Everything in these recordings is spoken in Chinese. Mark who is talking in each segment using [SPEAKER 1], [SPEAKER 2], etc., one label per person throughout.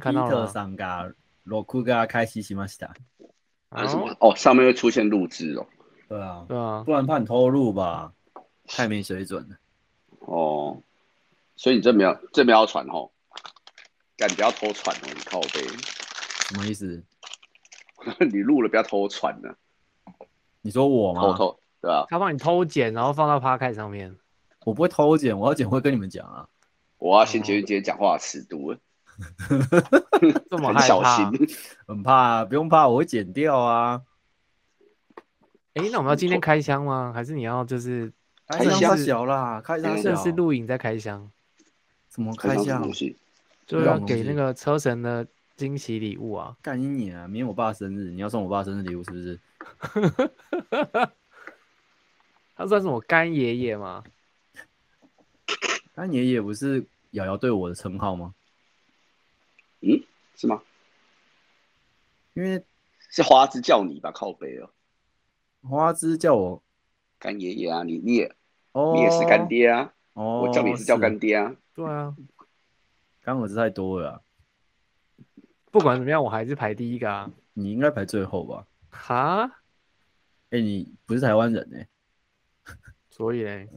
[SPEAKER 1] 看到了
[SPEAKER 2] Peter さんが録画开始しました。
[SPEAKER 1] 吗
[SPEAKER 3] 那是什么
[SPEAKER 1] 哦？
[SPEAKER 3] 哦，上面会出现录制哦。
[SPEAKER 2] 对啊，
[SPEAKER 1] 对啊，
[SPEAKER 2] 不然怕你偷录吧，太没水准了。
[SPEAKER 3] 哦，所以你这没有这没有要传哦，干你不要偷传哦，你靠背，
[SPEAKER 2] 什么意思？
[SPEAKER 3] 你录了不要偷传呢、
[SPEAKER 2] 你说我
[SPEAKER 3] 偷
[SPEAKER 2] 吗？
[SPEAKER 3] 偷对吧、
[SPEAKER 1] 他帮你偷剪，然后放到 p o d 上面。
[SPEAKER 2] 我不会偷剪，我要剪会跟你们讲啊。
[SPEAKER 3] 我要先决定今天讲话的尺度了，
[SPEAKER 1] 这么
[SPEAKER 3] 很
[SPEAKER 1] 害
[SPEAKER 3] 小
[SPEAKER 1] 怕？
[SPEAKER 3] 心。
[SPEAKER 2] 很怕，不用怕，我会剪掉啊。
[SPEAKER 1] 哎、那我们要今天开箱 吗？还是你要就是
[SPEAKER 2] 开
[SPEAKER 3] 箱
[SPEAKER 2] 箱小啦，开箱
[SPEAKER 1] 正
[SPEAKER 2] 小
[SPEAKER 1] 式录影再开箱？
[SPEAKER 2] 怎么
[SPEAKER 3] 看
[SPEAKER 2] 开
[SPEAKER 3] 上什么
[SPEAKER 2] 箱
[SPEAKER 3] 东？西？
[SPEAKER 1] 就
[SPEAKER 2] 这
[SPEAKER 1] 要
[SPEAKER 2] 种东
[SPEAKER 1] 给那
[SPEAKER 2] 西
[SPEAKER 1] 个车神的惊喜礼物啊！
[SPEAKER 2] 干你你啊！明天我爸生日，你要送我爸生日礼物是不是？
[SPEAKER 1] 他算是我干爷爷嘛？
[SPEAKER 2] 干爷爷不是瑶瑶对我的称号吗？
[SPEAKER 3] 是吗？
[SPEAKER 2] 因为
[SPEAKER 3] 是花枝叫你吧，靠背哦，
[SPEAKER 2] 花枝叫我
[SPEAKER 3] 干爷爷啊，你你也
[SPEAKER 2] 哦，
[SPEAKER 3] 你也是干，爹啊，
[SPEAKER 2] 哦，
[SPEAKER 3] 我叫你是叫干爹啊，
[SPEAKER 1] 对啊，
[SPEAKER 2] 干儿子太多了啊、
[SPEAKER 1] 不管怎么样，我还是排第一个啊！
[SPEAKER 2] 你应该排最后吧？
[SPEAKER 1] 哈，
[SPEAKER 2] 哎、你不是台湾人哎、
[SPEAKER 1] 所以嘞，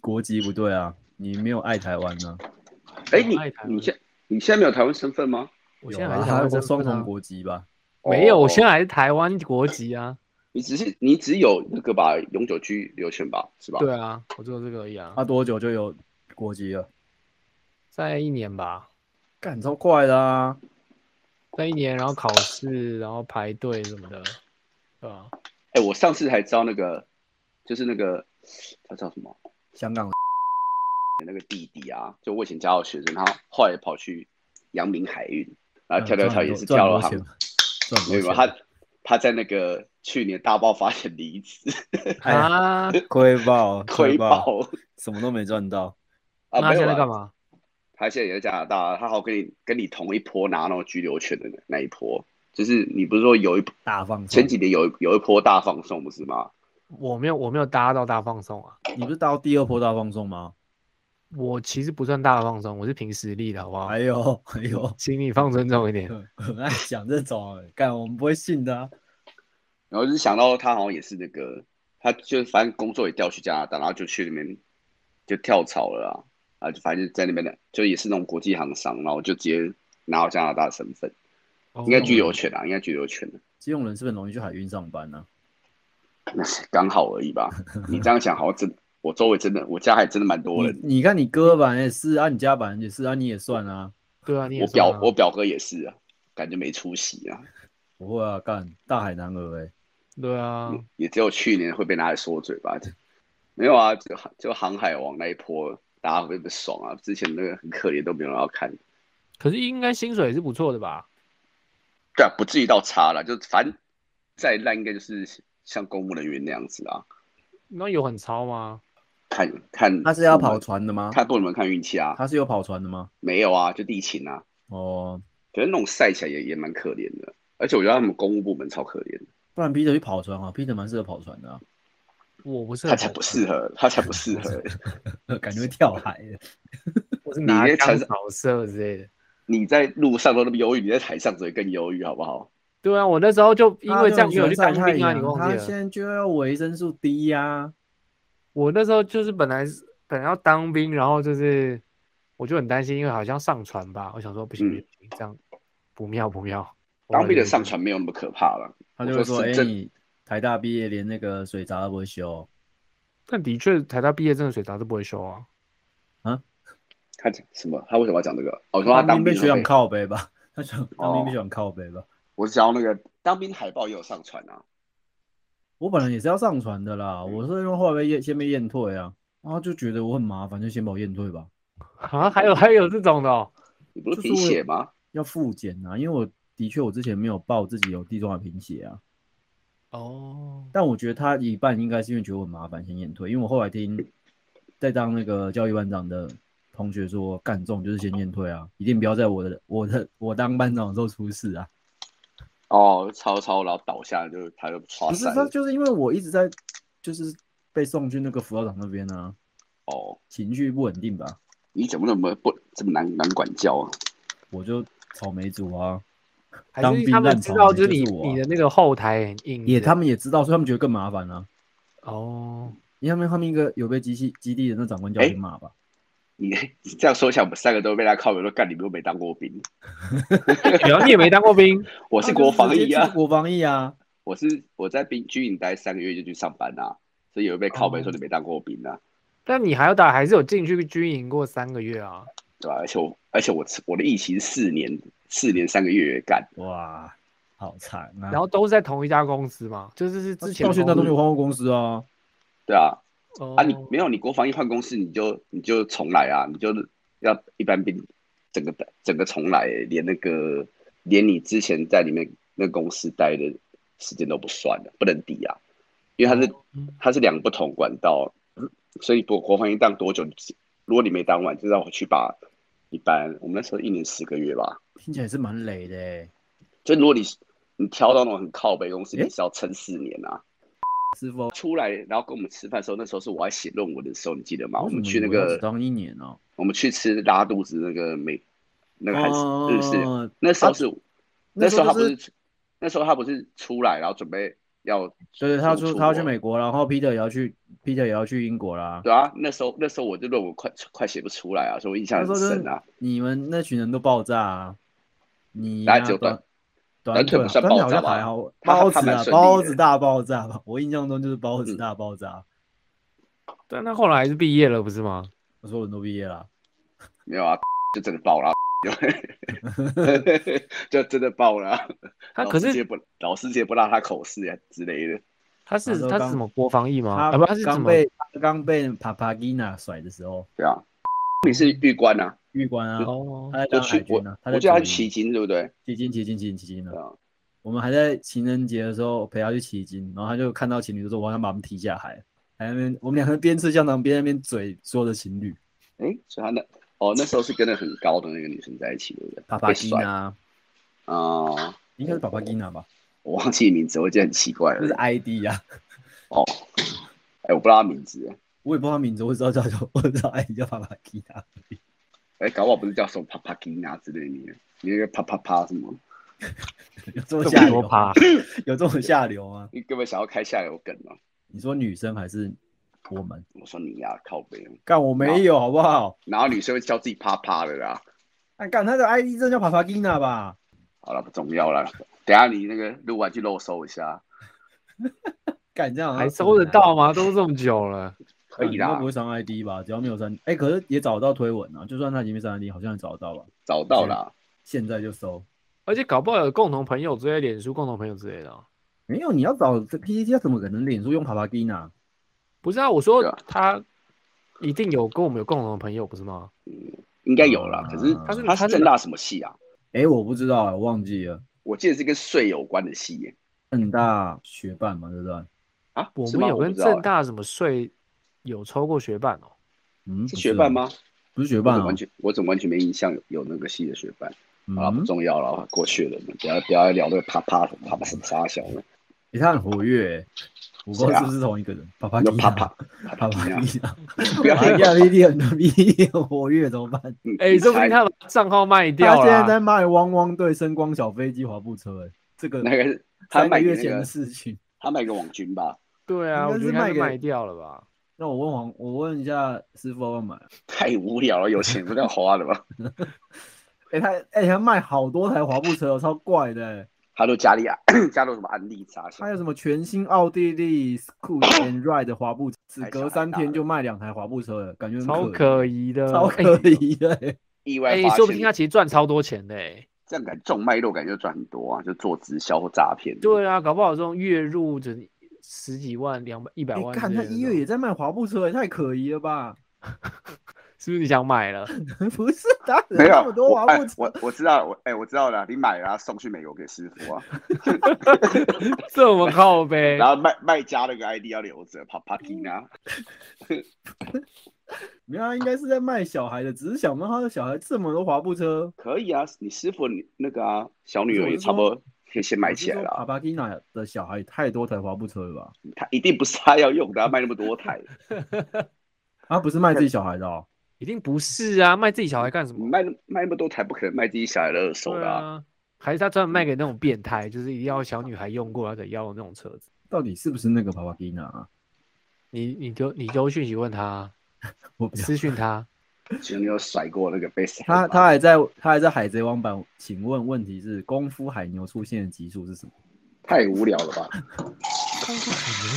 [SPEAKER 2] 国籍不对啊，你没有爱台湾呢、啊，
[SPEAKER 3] 哎、
[SPEAKER 1] 我爱台湾
[SPEAKER 3] 你你现你现在没有台湾身份吗？
[SPEAKER 1] 我现在还
[SPEAKER 2] 有
[SPEAKER 1] 是
[SPEAKER 2] 啊
[SPEAKER 1] 台湾
[SPEAKER 2] 还有
[SPEAKER 1] 身
[SPEAKER 2] 双
[SPEAKER 1] 份啊
[SPEAKER 2] 重国籍吧？
[SPEAKER 1] 没有，
[SPEAKER 3] 哦
[SPEAKER 1] 我现在还是台湾国籍 啊！
[SPEAKER 3] 你只是你只有那个吧，永久居留权吧，是吧？
[SPEAKER 1] 对啊，我做这个而已啊
[SPEAKER 2] 他、，多久就有国籍了？
[SPEAKER 1] 在一年吧，
[SPEAKER 2] 干超快的啊！
[SPEAKER 1] 在一年，然后考试，然后排队什么的，对吧、
[SPEAKER 3] 哎、我上次才知道那个，就是那个他叫什么
[SPEAKER 2] 香港
[SPEAKER 3] 那个弟弟啊，就我以前教的学生，他后来跑去阳明海运，然
[SPEAKER 1] 嗯
[SPEAKER 3] 啊后跳跳跳也是跳了
[SPEAKER 2] 好
[SPEAKER 3] 行，
[SPEAKER 2] 赚
[SPEAKER 3] 没
[SPEAKER 2] 很
[SPEAKER 3] 有
[SPEAKER 2] 多
[SPEAKER 3] 他
[SPEAKER 2] 钱，
[SPEAKER 3] 他在那个去年大爆发前离职，
[SPEAKER 2] 哎呀
[SPEAKER 1] 啊，
[SPEAKER 2] 亏爆
[SPEAKER 3] 亏
[SPEAKER 2] 爆，
[SPEAKER 3] 爆
[SPEAKER 2] 什么都没赚到。
[SPEAKER 1] 那
[SPEAKER 3] 啊！
[SPEAKER 1] 他
[SPEAKER 3] 没有
[SPEAKER 1] 现在干
[SPEAKER 3] 啊，
[SPEAKER 1] 嘛？
[SPEAKER 3] 他现在也在加拿大，啊他好跟你跟你同一波拿那种居留权的那一波，就是你不是说有一
[SPEAKER 2] 大放松
[SPEAKER 3] 前，几年有一有一波大放送不是吗？
[SPEAKER 1] 我没有，我没有搭到大放松啊！
[SPEAKER 2] 你不是到第二波大放送吗？
[SPEAKER 1] 我其实不算大放松，我是凭实力的，好不好？
[SPEAKER 2] 哎呦哎呦，
[SPEAKER 1] 请你放尊重一 点。
[SPEAKER 2] 很很爱讲这种、欸，干我们不会信的、啊。
[SPEAKER 3] 然后就是想到他好像也是那个，他就反正工作也调去加拿大，然后就去那边就跳槽了啊，啊，就反正就在那边的，就也是那种国际航商，然后就直接拿到加拿大的身份，
[SPEAKER 1] 哦
[SPEAKER 3] 应该居留权啊，应该居留权的，
[SPEAKER 2] 基隆人是不是很容易去海运上班啊呢、
[SPEAKER 3] 那是刚好而 已吧。你这样想，好像真我周围真的，我家还真的蛮多人，
[SPEAKER 2] 你你看你哥版也是啊，你家版也是啊，你也算啊。
[SPEAKER 1] 对啊，你也
[SPEAKER 3] 我
[SPEAKER 1] 算
[SPEAKER 3] 表
[SPEAKER 1] 啊
[SPEAKER 3] 我表哥也是啊，感觉没出息啊，
[SPEAKER 2] 不会啊，干大海男儿哎、
[SPEAKER 1] 对啊，
[SPEAKER 3] 也只有去年会被拿来说嘴吧，没有啊，就就航海王那一波，大家会不会爽啊？之前那个很可怜，都没有人要看。
[SPEAKER 1] 可是应该薪水也是不错的吧？
[SPEAKER 3] 对啊，不至于到差了，就反正再烂应该就是像公务人员那样子啊。
[SPEAKER 1] 那有很超吗？
[SPEAKER 3] 看看
[SPEAKER 2] 他是要跑
[SPEAKER 3] 部门
[SPEAKER 2] 船的吗？
[SPEAKER 3] 看部门看运气啊，
[SPEAKER 2] 他是有跑船的吗？
[SPEAKER 3] 没有啊，就地勤啊。
[SPEAKER 2] 哦，
[SPEAKER 3] 可是那种晒起来也也蛮可怜的，而且我觉得他们公务部门超可怜的，
[SPEAKER 2] 不然 Peter 去跑船啊，Peter 蛮适合跑船的、啊，
[SPEAKER 1] 我不是
[SPEAKER 3] 他
[SPEAKER 1] 很
[SPEAKER 3] 才
[SPEAKER 1] 懂
[SPEAKER 3] 不适合，他才不 适合。
[SPEAKER 2] 感觉会跳海欸的。
[SPEAKER 1] 我是
[SPEAKER 3] 你
[SPEAKER 1] 拿
[SPEAKER 3] 那
[SPEAKER 1] 钢
[SPEAKER 3] 才是
[SPEAKER 1] 扫射之类的。
[SPEAKER 3] 你在路上都那么忧郁，你在台上只会更忧郁，好不好？
[SPEAKER 1] 对啊，我那时候就 因为这样没有去当
[SPEAKER 2] 他就很喜欢晒太
[SPEAKER 1] 兵啊，
[SPEAKER 2] 阳
[SPEAKER 1] 你忘
[SPEAKER 2] 他
[SPEAKER 1] 记
[SPEAKER 2] 现
[SPEAKER 1] 了？
[SPEAKER 2] 在就要维生素 D 呀、啊。
[SPEAKER 1] 我那时候就是本来是本来要当兵，然后就是我就很担心，因为好像上船吧，我想说不行不行，不行这样不妙不妙。
[SPEAKER 3] 嗯当兵的上
[SPEAKER 1] 船。
[SPEAKER 3] 船没有那么可怕了，
[SPEAKER 2] 他就会说：“
[SPEAKER 3] 我说
[SPEAKER 2] 哎、
[SPEAKER 3] 是真
[SPEAKER 2] 你台大毕业，连那个水闸都不会修，
[SPEAKER 1] 但的确，台大毕业证的水闸是不会修啊。
[SPEAKER 3] 他讲什么？他为什么要讲这个？哦，我说他
[SPEAKER 2] 当兵
[SPEAKER 3] 当
[SPEAKER 2] 哦被
[SPEAKER 3] 兵
[SPEAKER 2] 学长
[SPEAKER 3] 会
[SPEAKER 2] 靠背吧？ 他想当兵被学长靠背吧？
[SPEAKER 3] 我只要那个当兵海报也有上传啊，
[SPEAKER 2] 我本来也是要上传的啦，
[SPEAKER 3] 嗯
[SPEAKER 2] 我是因为后来被验先被验退啊，然后就觉得我很麻烦，就先把我验退吧，
[SPEAKER 1] 啊，还有还有这种的、哦，
[SPEAKER 3] 你不是
[SPEAKER 2] 就是
[SPEAKER 3] 贫
[SPEAKER 2] 我
[SPEAKER 3] 血吗？
[SPEAKER 2] 要复检啊，因为我的确我之前没有报自己有地中海贫血啊，
[SPEAKER 1] 哦，
[SPEAKER 2] 但我觉得他一半应该是因为觉得我很麻烦先验退，因为我后来听在当那个教育班长的同学说，干这种就是先验退啊，一定不要在我的我的我当班长的时候出事啊。
[SPEAKER 3] 哦，超超，然后倒下就他就刷
[SPEAKER 2] 不是
[SPEAKER 3] 散
[SPEAKER 2] 他
[SPEAKER 3] 了
[SPEAKER 2] 就是因为我一直在就是被送去那个辅导长那边啊，
[SPEAKER 3] 哦，
[SPEAKER 2] 情绪不稳定吧，
[SPEAKER 3] 你怎么那么不这么难难管教啊？
[SPEAKER 2] 我就草莓族啊，
[SPEAKER 1] 还
[SPEAKER 2] 当
[SPEAKER 1] 是
[SPEAKER 2] 兵
[SPEAKER 1] 他们
[SPEAKER 2] 烂
[SPEAKER 1] 知
[SPEAKER 2] 草
[SPEAKER 1] 道
[SPEAKER 2] 莓
[SPEAKER 1] 就是
[SPEAKER 2] 就
[SPEAKER 1] 你
[SPEAKER 2] 是我
[SPEAKER 1] 你
[SPEAKER 2] 啊
[SPEAKER 1] 的那个后台很硬，
[SPEAKER 2] 也
[SPEAKER 1] 对
[SPEAKER 2] 他们也知道，所以他们觉得更麻烦啊。
[SPEAKER 1] 哦，
[SPEAKER 2] 因为他们他们应该有被基地基地的那长官叫去
[SPEAKER 3] 哎
[SPEAKER 2] 骂吧？
[SPEAKER 3] 你你这样说一下，我们三个都被他靠北，都干你们又没当过兵，
[SPEAKER 1] 然后你也没当过兵，
[SPEAKER 3] 我
[SPEAKER 2] 我
[SPEAKER 3] 是国防役啊，
[SPEAKER 2] 国防役啊，
[SPEAKER 3] 我是我在兵军营待三个月就去上班啊，所以有被靠北说你没当过兵啊，
[SPEAKER 1] 但你还要打，还是有进去军营过三个月啊？
[SPEAKER 3] 对吧、而且我而且我我的疫情是四年四年三个月干，
[SPEAKER 2] 哇，好惨啊！
[SPEAKER 1] 然后都是在同一家公司嘛，就是是之前
[SPEAKER 2] 到现在都
[SPEAKER 1] 同
[SPEAKER 2] 没有换过公司啊。
[SPEAKER 3] 对啊，
[SPEAKER 1] 哦
[SPEAKER 3] 啊，你没有你国防一换公司，你就你就重来啊，你就要一般兵整个整个重来，连那个连你之前在里面那公司待的时间都不算的，不能抵啊，因为它是
[SPEAKER 1] 嗯
[SPEAKER 3] 它是两个不同管道，所以国国防一当多久，如果你没当完，就让我去把一般我们那时候一年十个月吧，
[SPEAKER 2] 听起来是蛮累的、欸，
[SPEAKER 3] 就如果你你挑到那种很靠北公司，
[SPEAKER 2] 诶
[SPEAKER 3] 你是要撑四年啊。
[SPEAKER 2] 师傅。
[SPEAKER 3] 出来，然后跟我们吃饭的时候，那时候是我在写论文的时候，你记得吗？我
[SPEAKER 2] 为什
[SPEAKER 3] 们
[SPEAKER 2] 么
[SPEAKER 3] 去那
[SPEAKER 2] 你们要
[SPEAKER 3] 个
[SPEAKER 2] 只当一年哦、
[SPEAKER 3] 我们去吃拉肚子那个美，那个韩
[SPEAKER 2] 哦
[SPEAKER 3] 日式，那时候是那时候他
[SPEAKER 2] 他
[SPEAKER 3] 不是，那时候他不是出来，然后准备要
[SPEAKER 2] 对对，他
[SPEAKER 3] 出
[SPEAKER 2] 说
[SPEAKER 3] 出
[SPEAKER 2] 他要
[SPEAKER 3] 国
[SPEAKER 2] 去美国，然后 Peter 也要去，Peter 也要去英国啦。
[SPEAKER 3] 对啊，那时候那时候我就论文快快写不出来啊，所以我印象
[SPEAKER 2] 他
[SPEAKER 3] 很
[SPEAKER 2] 说真
[SPEAKER 3] 深
[SPEAKER 2] 的
[SPEAKER 3] 啊。
[SPEAKER 2] 你们那群人都爆炸啊！你
[SPEAKER 3] 大
[SPEAKER 2] 呀
[SPEAKER 3] 家只有短
[SPEAKER 2] 短
[SPEAKER 3] 短腿
[SPEAKER 2] 腿啊
[SPEAKER 3] 不
[SPEAKER 2] 短腿好
[SPEAKER 3] 算爆炸
[SPEAKER 2] 像
[SPEAKER 3] 吧
[SPEAKER 2] 还好，
[SPEAKER 3] 他
[SPEAKER 2] 包
[SPEAKER 3] 他
[SPEAKER 2] 子
[SPEAKER 3] 蛮
[SPEAKER 2] 啊，
[SPEAKER 3] 顺利
[SPEAKER 2] 包
[SPEAKER 3] 的
[SPEAKER 2] 子大爆炸吧。我印象中就是包子
[SPEAKER 3] 嗯
[SPEAKER 2] 大爆炸，
[SPEAKER 1] 但他后来还是毕业了，不是吗？
[SPEAKER 2] 我说我都毕业了，
[SPEAKER 3] 没有啊，就真的爆了啊， 就就真的爆了啊。
[SPEAKER 1] 他
[SPEAKER 3] 老
[SPEAKER 1] 可
[SPEAKER 3] 师
[SPEAKER 1] 是
[SPEAKER 3] 直接不老师直接不拉他口试啊之类的，
[SPEAKER 1] 他是
[SPEAKER 2] 那时候
[SPEAKER 1] 他是
[SPEAKER 2] 刚
[SPEAKER 1] 什么国防役吗？
[SPEAKER 2] 他
[SPEAKER 1] 啊不，他是什
[SPEAKER 2] 刚
[SPEAKER 1] 么？
[SPEAKER 2] 被他刚被帕帕吉娜甩的时候，
[SPEAKER 3] 对啊。你是玉官啊，
[SPEAKER 2] 玉官啊，
[SPEAKER 1] 哦
[SPEAKER 2] 他，在
[SPEAKER 3] 我
[SPEAKER 2] 当海
[SPEAKER 3] 去我
[SPEAKER 2] 军啊，他
[SPEAKER 3] 我
[SPEAKER 2] 在
[SPEAKER 3] 记得
[SPEAKER 2] 左
[SPEAKER 3] 他
[SPEAKER 2] 营
[SPEAKER 3] 骑金对不对？
[SPEAKER 2] 骑金骑金骑金骑金
[SPEAKER 3] 对
[SPEAKER 2] 啊。
[SPEAKER 3] 啊，
[SPEAKER 2] 我们还在情人节的时候陪他去骑金，然后他就看到情侣就说我想把他们踢下海，还在那边我们两个边吃香肠边在那边嘴说的情侣，
[SPEAKER 3] 哎，所以他那哦那时候是跟那很高的那个女生在一起，对不对？
[SPEAKER 2] 帕
[SPEAKER 3] 被
[SPEAKER 2] 帕吉
[SPEAKER 3] 甩
[SPEAKER 2] 娜
[SPEAKER 3] 啊，
[SPEAKER 2] 应该是帕帕吉娜吧，
[SPEAKER 3] 我忘记名字，我觉得很奇怪
[SPEAKER 2] 这是
[SPEAKER 3] 了。
[SPEAKER 2] ID 啊。
[SPEAKER 3] 哎，我不知道他名字，
[SPEAKER 2] 我也不知道他名字，我只知道叫做， 我只知道 ID 叫帕帕吉娜。
[SPEAKER 3] 哎，搞不好不是叫什么帕帕吉娜之类的，你那个啪啪啪什么，
[SPEAKER 2] 有这么
[SPEAKER 1] 这
[SPEAKER 2] 下
[SPEAKER 1] 么
[SPEAKER 2] 流
[SPEAKER 1] 多？趴，
[SPEAKER 2] 有这么下流吗？
[SPEAKER 3] 你根本想要开下流梗啊！
[SPEAKER 2] 你说女生还是我们？
[SPEAKER 3] 我说你呀、靠背，
[SPEAKER 2] 干我没有，好不好？
[SPEAKER 3] 然后女生会叫自己啪啪的啦。
[SPEAKER 2] 哎，干他的 ID 真的叫帕帕吉娜吧？
[SPEAKER 3] 好了，不重要了，等一下你那个录完去肉搜一下，
[SPEAKER 2] 干这样好像啊
[SPEAKER 1] 还搜得
[SPEAKER 2] 很难？
[SPEAKER 1] 到吗？都这么久了，
[SPEAKER 3] 可以
[SPEAKER 2] 应该
[SPEAKER 3] 啦
[SPEAKER 2] 不，会删 ID 吧？只要没有删，哎，可是也找得到推文啊。就算他已经被删 ID，好像也找得到吧？
[SPEAKER 3] 找到啦。
[SPEAKER 2] 现在就搜。
[SPEAKER 1] 而且搞不好有共同朋友之类，脸书共同朋友之类的啊。
[SPEAKER 2] 没有，你要找这 PPT，他怎么可能脸书用帕帕吉娜？
[SPEAKER 1] 不是啊，我说
[SPEAKER 3] 对啊
[SPEAKER 1] 他一定有跟我们有共同的朋友，不是吗？
[SPEAKER 3] 应该有啦。
[SPEAKER 2] 啊
[SPEAKER 3] 可是
[SPEAKER 2] 他
[SPEAKER 1] 是
[SPEAKER 3] 他
[SPEAKER 1] 他
[SPEAKER 3] 是
[SPEAKER 1] 是
[SPEAKER 3] 正大什么系啊？
[SPEAKER 2] 哎，我不知道，我忘记了。
[SPEAKER 3] 我记得是跟税有关的系耶。
[SPEAKER 2] 正大学办嘛，对不对？
[SPEAKER 3] 啊，
[SPEAKER 1] 我
[SPEAKER 3] 是
[SPEAKER 1] 们
[SPEAKER 3] 吗
[SPEAKER 1] 有
[SPEAKER 3] 我
[SPEAKER 1] 跟
[SPEAKER 3] 不知道
[SPEAKER 1] 正
[SPEAKER 2] 欸
[SPEAKER 3] 哎
[SPEAKER 1] 大什么税有抽过学办哦。
[SPEAKER 2] 嗯，
[SPEAKER 3] 哎是
[SPEAKER 2] 不
[SPEAKER 3] 学
[SPEAKER 2] 啊
[SPEAKER 3] 办吗？？
[SPEAKER 2] 不是学
[SPEAKER 3] 我怎
[SPEAKER 2] 办
[SPEAKER 3] 么
[SPEAKER 2] 啊
[SPEAKER 3] 完。全我怎么完全没印象有有那个系的学办？好了，不
[SPEAKER 2] 嗯，
[SPEAKER 3] 重要了， 过去了，不要不要聊那个啪啪啪啪什么啥小的，
[SPEAKER 2] 欸他很活跃欸，我不知
[SPEAKER 3] 谁
[SPEAKER 2] 道
[SPEAKER 3] 啊
[SPEAKER 2] 是不是同一个人。哎啪啪
[SPEAKER 3] 你就
[SPEAKER 2] 吉
[SPEAKER 3] 啪
[SPEAKER 2] 娜，
[SPEAKER 3] 啪
[SPEAKER 2] 啪啪吉娜，
[SPEAKER 3] 不要
[SPEAKER 2] 啪啪吉娜 PPT 很 PPT 很活跃，怎么办？
[SPEAKER 3] 你
[SPEAKER 1] 哎、
[SPEAKER 3] 你
[SPEAKER 1] 说不
[SPEAKER 3] 猜
[SPEAKER 1] 定他把账号卖
[SPEAKER 2] 他
[SPEAKER 1] 掉
[SPEAKER 2] 现在
[SPEAKER 1] 了
[SPEAKER 2] 在。卖汪汪队声光小飞机滑步车，哎，这个
[SPEAKER 3] 那个他
[SPEAKER 2] 三个
[SPEAKER 3] 卖给
[SPEAKER 2] 月
[SPEAKER 3] 那
[SPEAKER 2] 前的
[SPEAKER 3] 个
[SPEAKER 2] 事情。
[SPEAKER 3] 他卖给网军吧？
[SPEAKER 1] 对啊，
[SPEAKER 2] 应
[SPEAKER 1] 我
[SPEAKER 2] 该
[SPEAKER 1] 觉得应
[SPEAKER 2] 是
[SPEAKER 1] 该
[SPEAKER 2] 卖
[SPEAKER 1] 是
[SPEAKER 2] 给
[SPEAKER 1] 卖掉了吧。
[SPEAKER 2] 那我问黄，我问一下师傅要不要买？
[SPEAKER 3] 太无聊了，有钱不要花的吧？
[SPEAKER 2] 哎，他哎他卖好多台滑步车哦，超怪的欸。
[SPEAKER 3] 他都加利 亚加入什么安利啥小
[SPEAKER 2] 他有什么全新奥地利 Scoot and Ride 的滑步车，只
[SPEAKER 3] 太小
[SPEAKER 2] 隔
[SPEAKER 3] 太
[SPEAKER 2] 三
[SPEAKER 3] 大
[SPEAKER 2] 天
[SPEAKER 3] 了
[SPEAKER 2] 就卖两台滑步车了，感觉很
[SPEAKER 1] 超
[SPEAKER 2] 可
[SPEAKER 1] 可
[SPEAKER 2] 疑，
[SPEAKER 1] 疑的，
[SPEAKER 2] 超
[SPEAKER 1] 哎
[SPEAKER 2] 可疑的欸。
[SPEAKER 3] 意
[SPEAKER 1] 哎、
[SPEAKER 3] 外发
[SPEAKER 1] 说不定他
[SPEAKER 3] 现，
[SPEAKER 1] 其实赚超多钱的、哎，
[SPEAKER 3] 这样感重卖肉感觉赚很多啊，就做直销或诈骗。
[SPEAKER 1] 对啊，搞不好这种月入就十几万、两百、一百
[SPEAKER 2] 哎，
[SPEAKER 1] 万之
[SPEAKER 2] 看
[SPEAKER 1] 类
[SPEAKER 2] 他
[SPEAKER 1] 的那种。
[SPEAKER 2] 一月也在卖滑步车，哎也太可疑了吧？
[SPEAKER 1] 是不是你想买了？
[SPEAKER 2] 不是，他有
[SPEAKER 3] 没有
[SPEAKER 2] 那么多啊
[SPEAKER 3] 我
[SPEAKER 2] 滑
[SPEAKER 3] 哎
[SPEAKER 2] 步车，
[SPEAKER 3] 我我知道，我哎我知道了，你买了送去美国给师傅啊，
[SPEAKER 1] 这么靠
[SPEAKER 2] 哎
[SPEAKER 1] 呗
[SPEAKER 3] 然？后卖卖家那个 ID 要留着，啪啪
[SPEAKER 1] 嗯
[SPEAKER 3] 吉娜。
[SPEAKER 2] 没有，他应该是在卖小孩的，只是想不到他的小孩这么多滑步车。
[SPEAKER 3] 可以啊，你师傅你那个啊，小女
[SPEAKER 2] 不是
[SPEAKER 3] 儿
[SPEAKER 2] 我
[SPEAKER 3] 也
[SPEAKER 2] 是
[SPEAKER 3] 差不
[SPEAKER 2] 说
[SPEAKER 3] 多可以先买起来了
[SPEAKER 2] 帕
[SPEAKER 3] 啊。
[SPEAKER 2] 帕基娜的小孩也太多台滑步车了吧？
[SPEAKER 3] 啊 他一定不是他要用的，他卖那么多台，
[SPEAKER 2] 啊他不是卖自己小孩的哦，
[SPEAKER 1] 一定不是啊，卖自己小孩干什么？
[SPEAKER 3] 卖那卖那么多台，不可能卖自己小孩的二手
[SPEAKER 1] 对
[SPEAKER 3] 的啊。
[SPEAKER 1] 啊，还是他专门卖给那种变态，就是一定要小女孩用过，他才要的那种车子。
[SPEAKER 2] 到底是不是那个帕帕基娜啊？
[SPEAKER 1] 你你丢你丢讯息问他，
[SPEAKER 2] 我 不知道
[SPEAKER 1] 私讯 他，
[SPEAKER 3] 其实你有甩过那个 base，
[SPEAKER 2] 啊他他还在他还在海贼王版，请问问题是功夫海牛出现的集数是什么？
[SPEAKER 3] 太无聊 了吧？
[SPEAKER 1] 刚刚海牛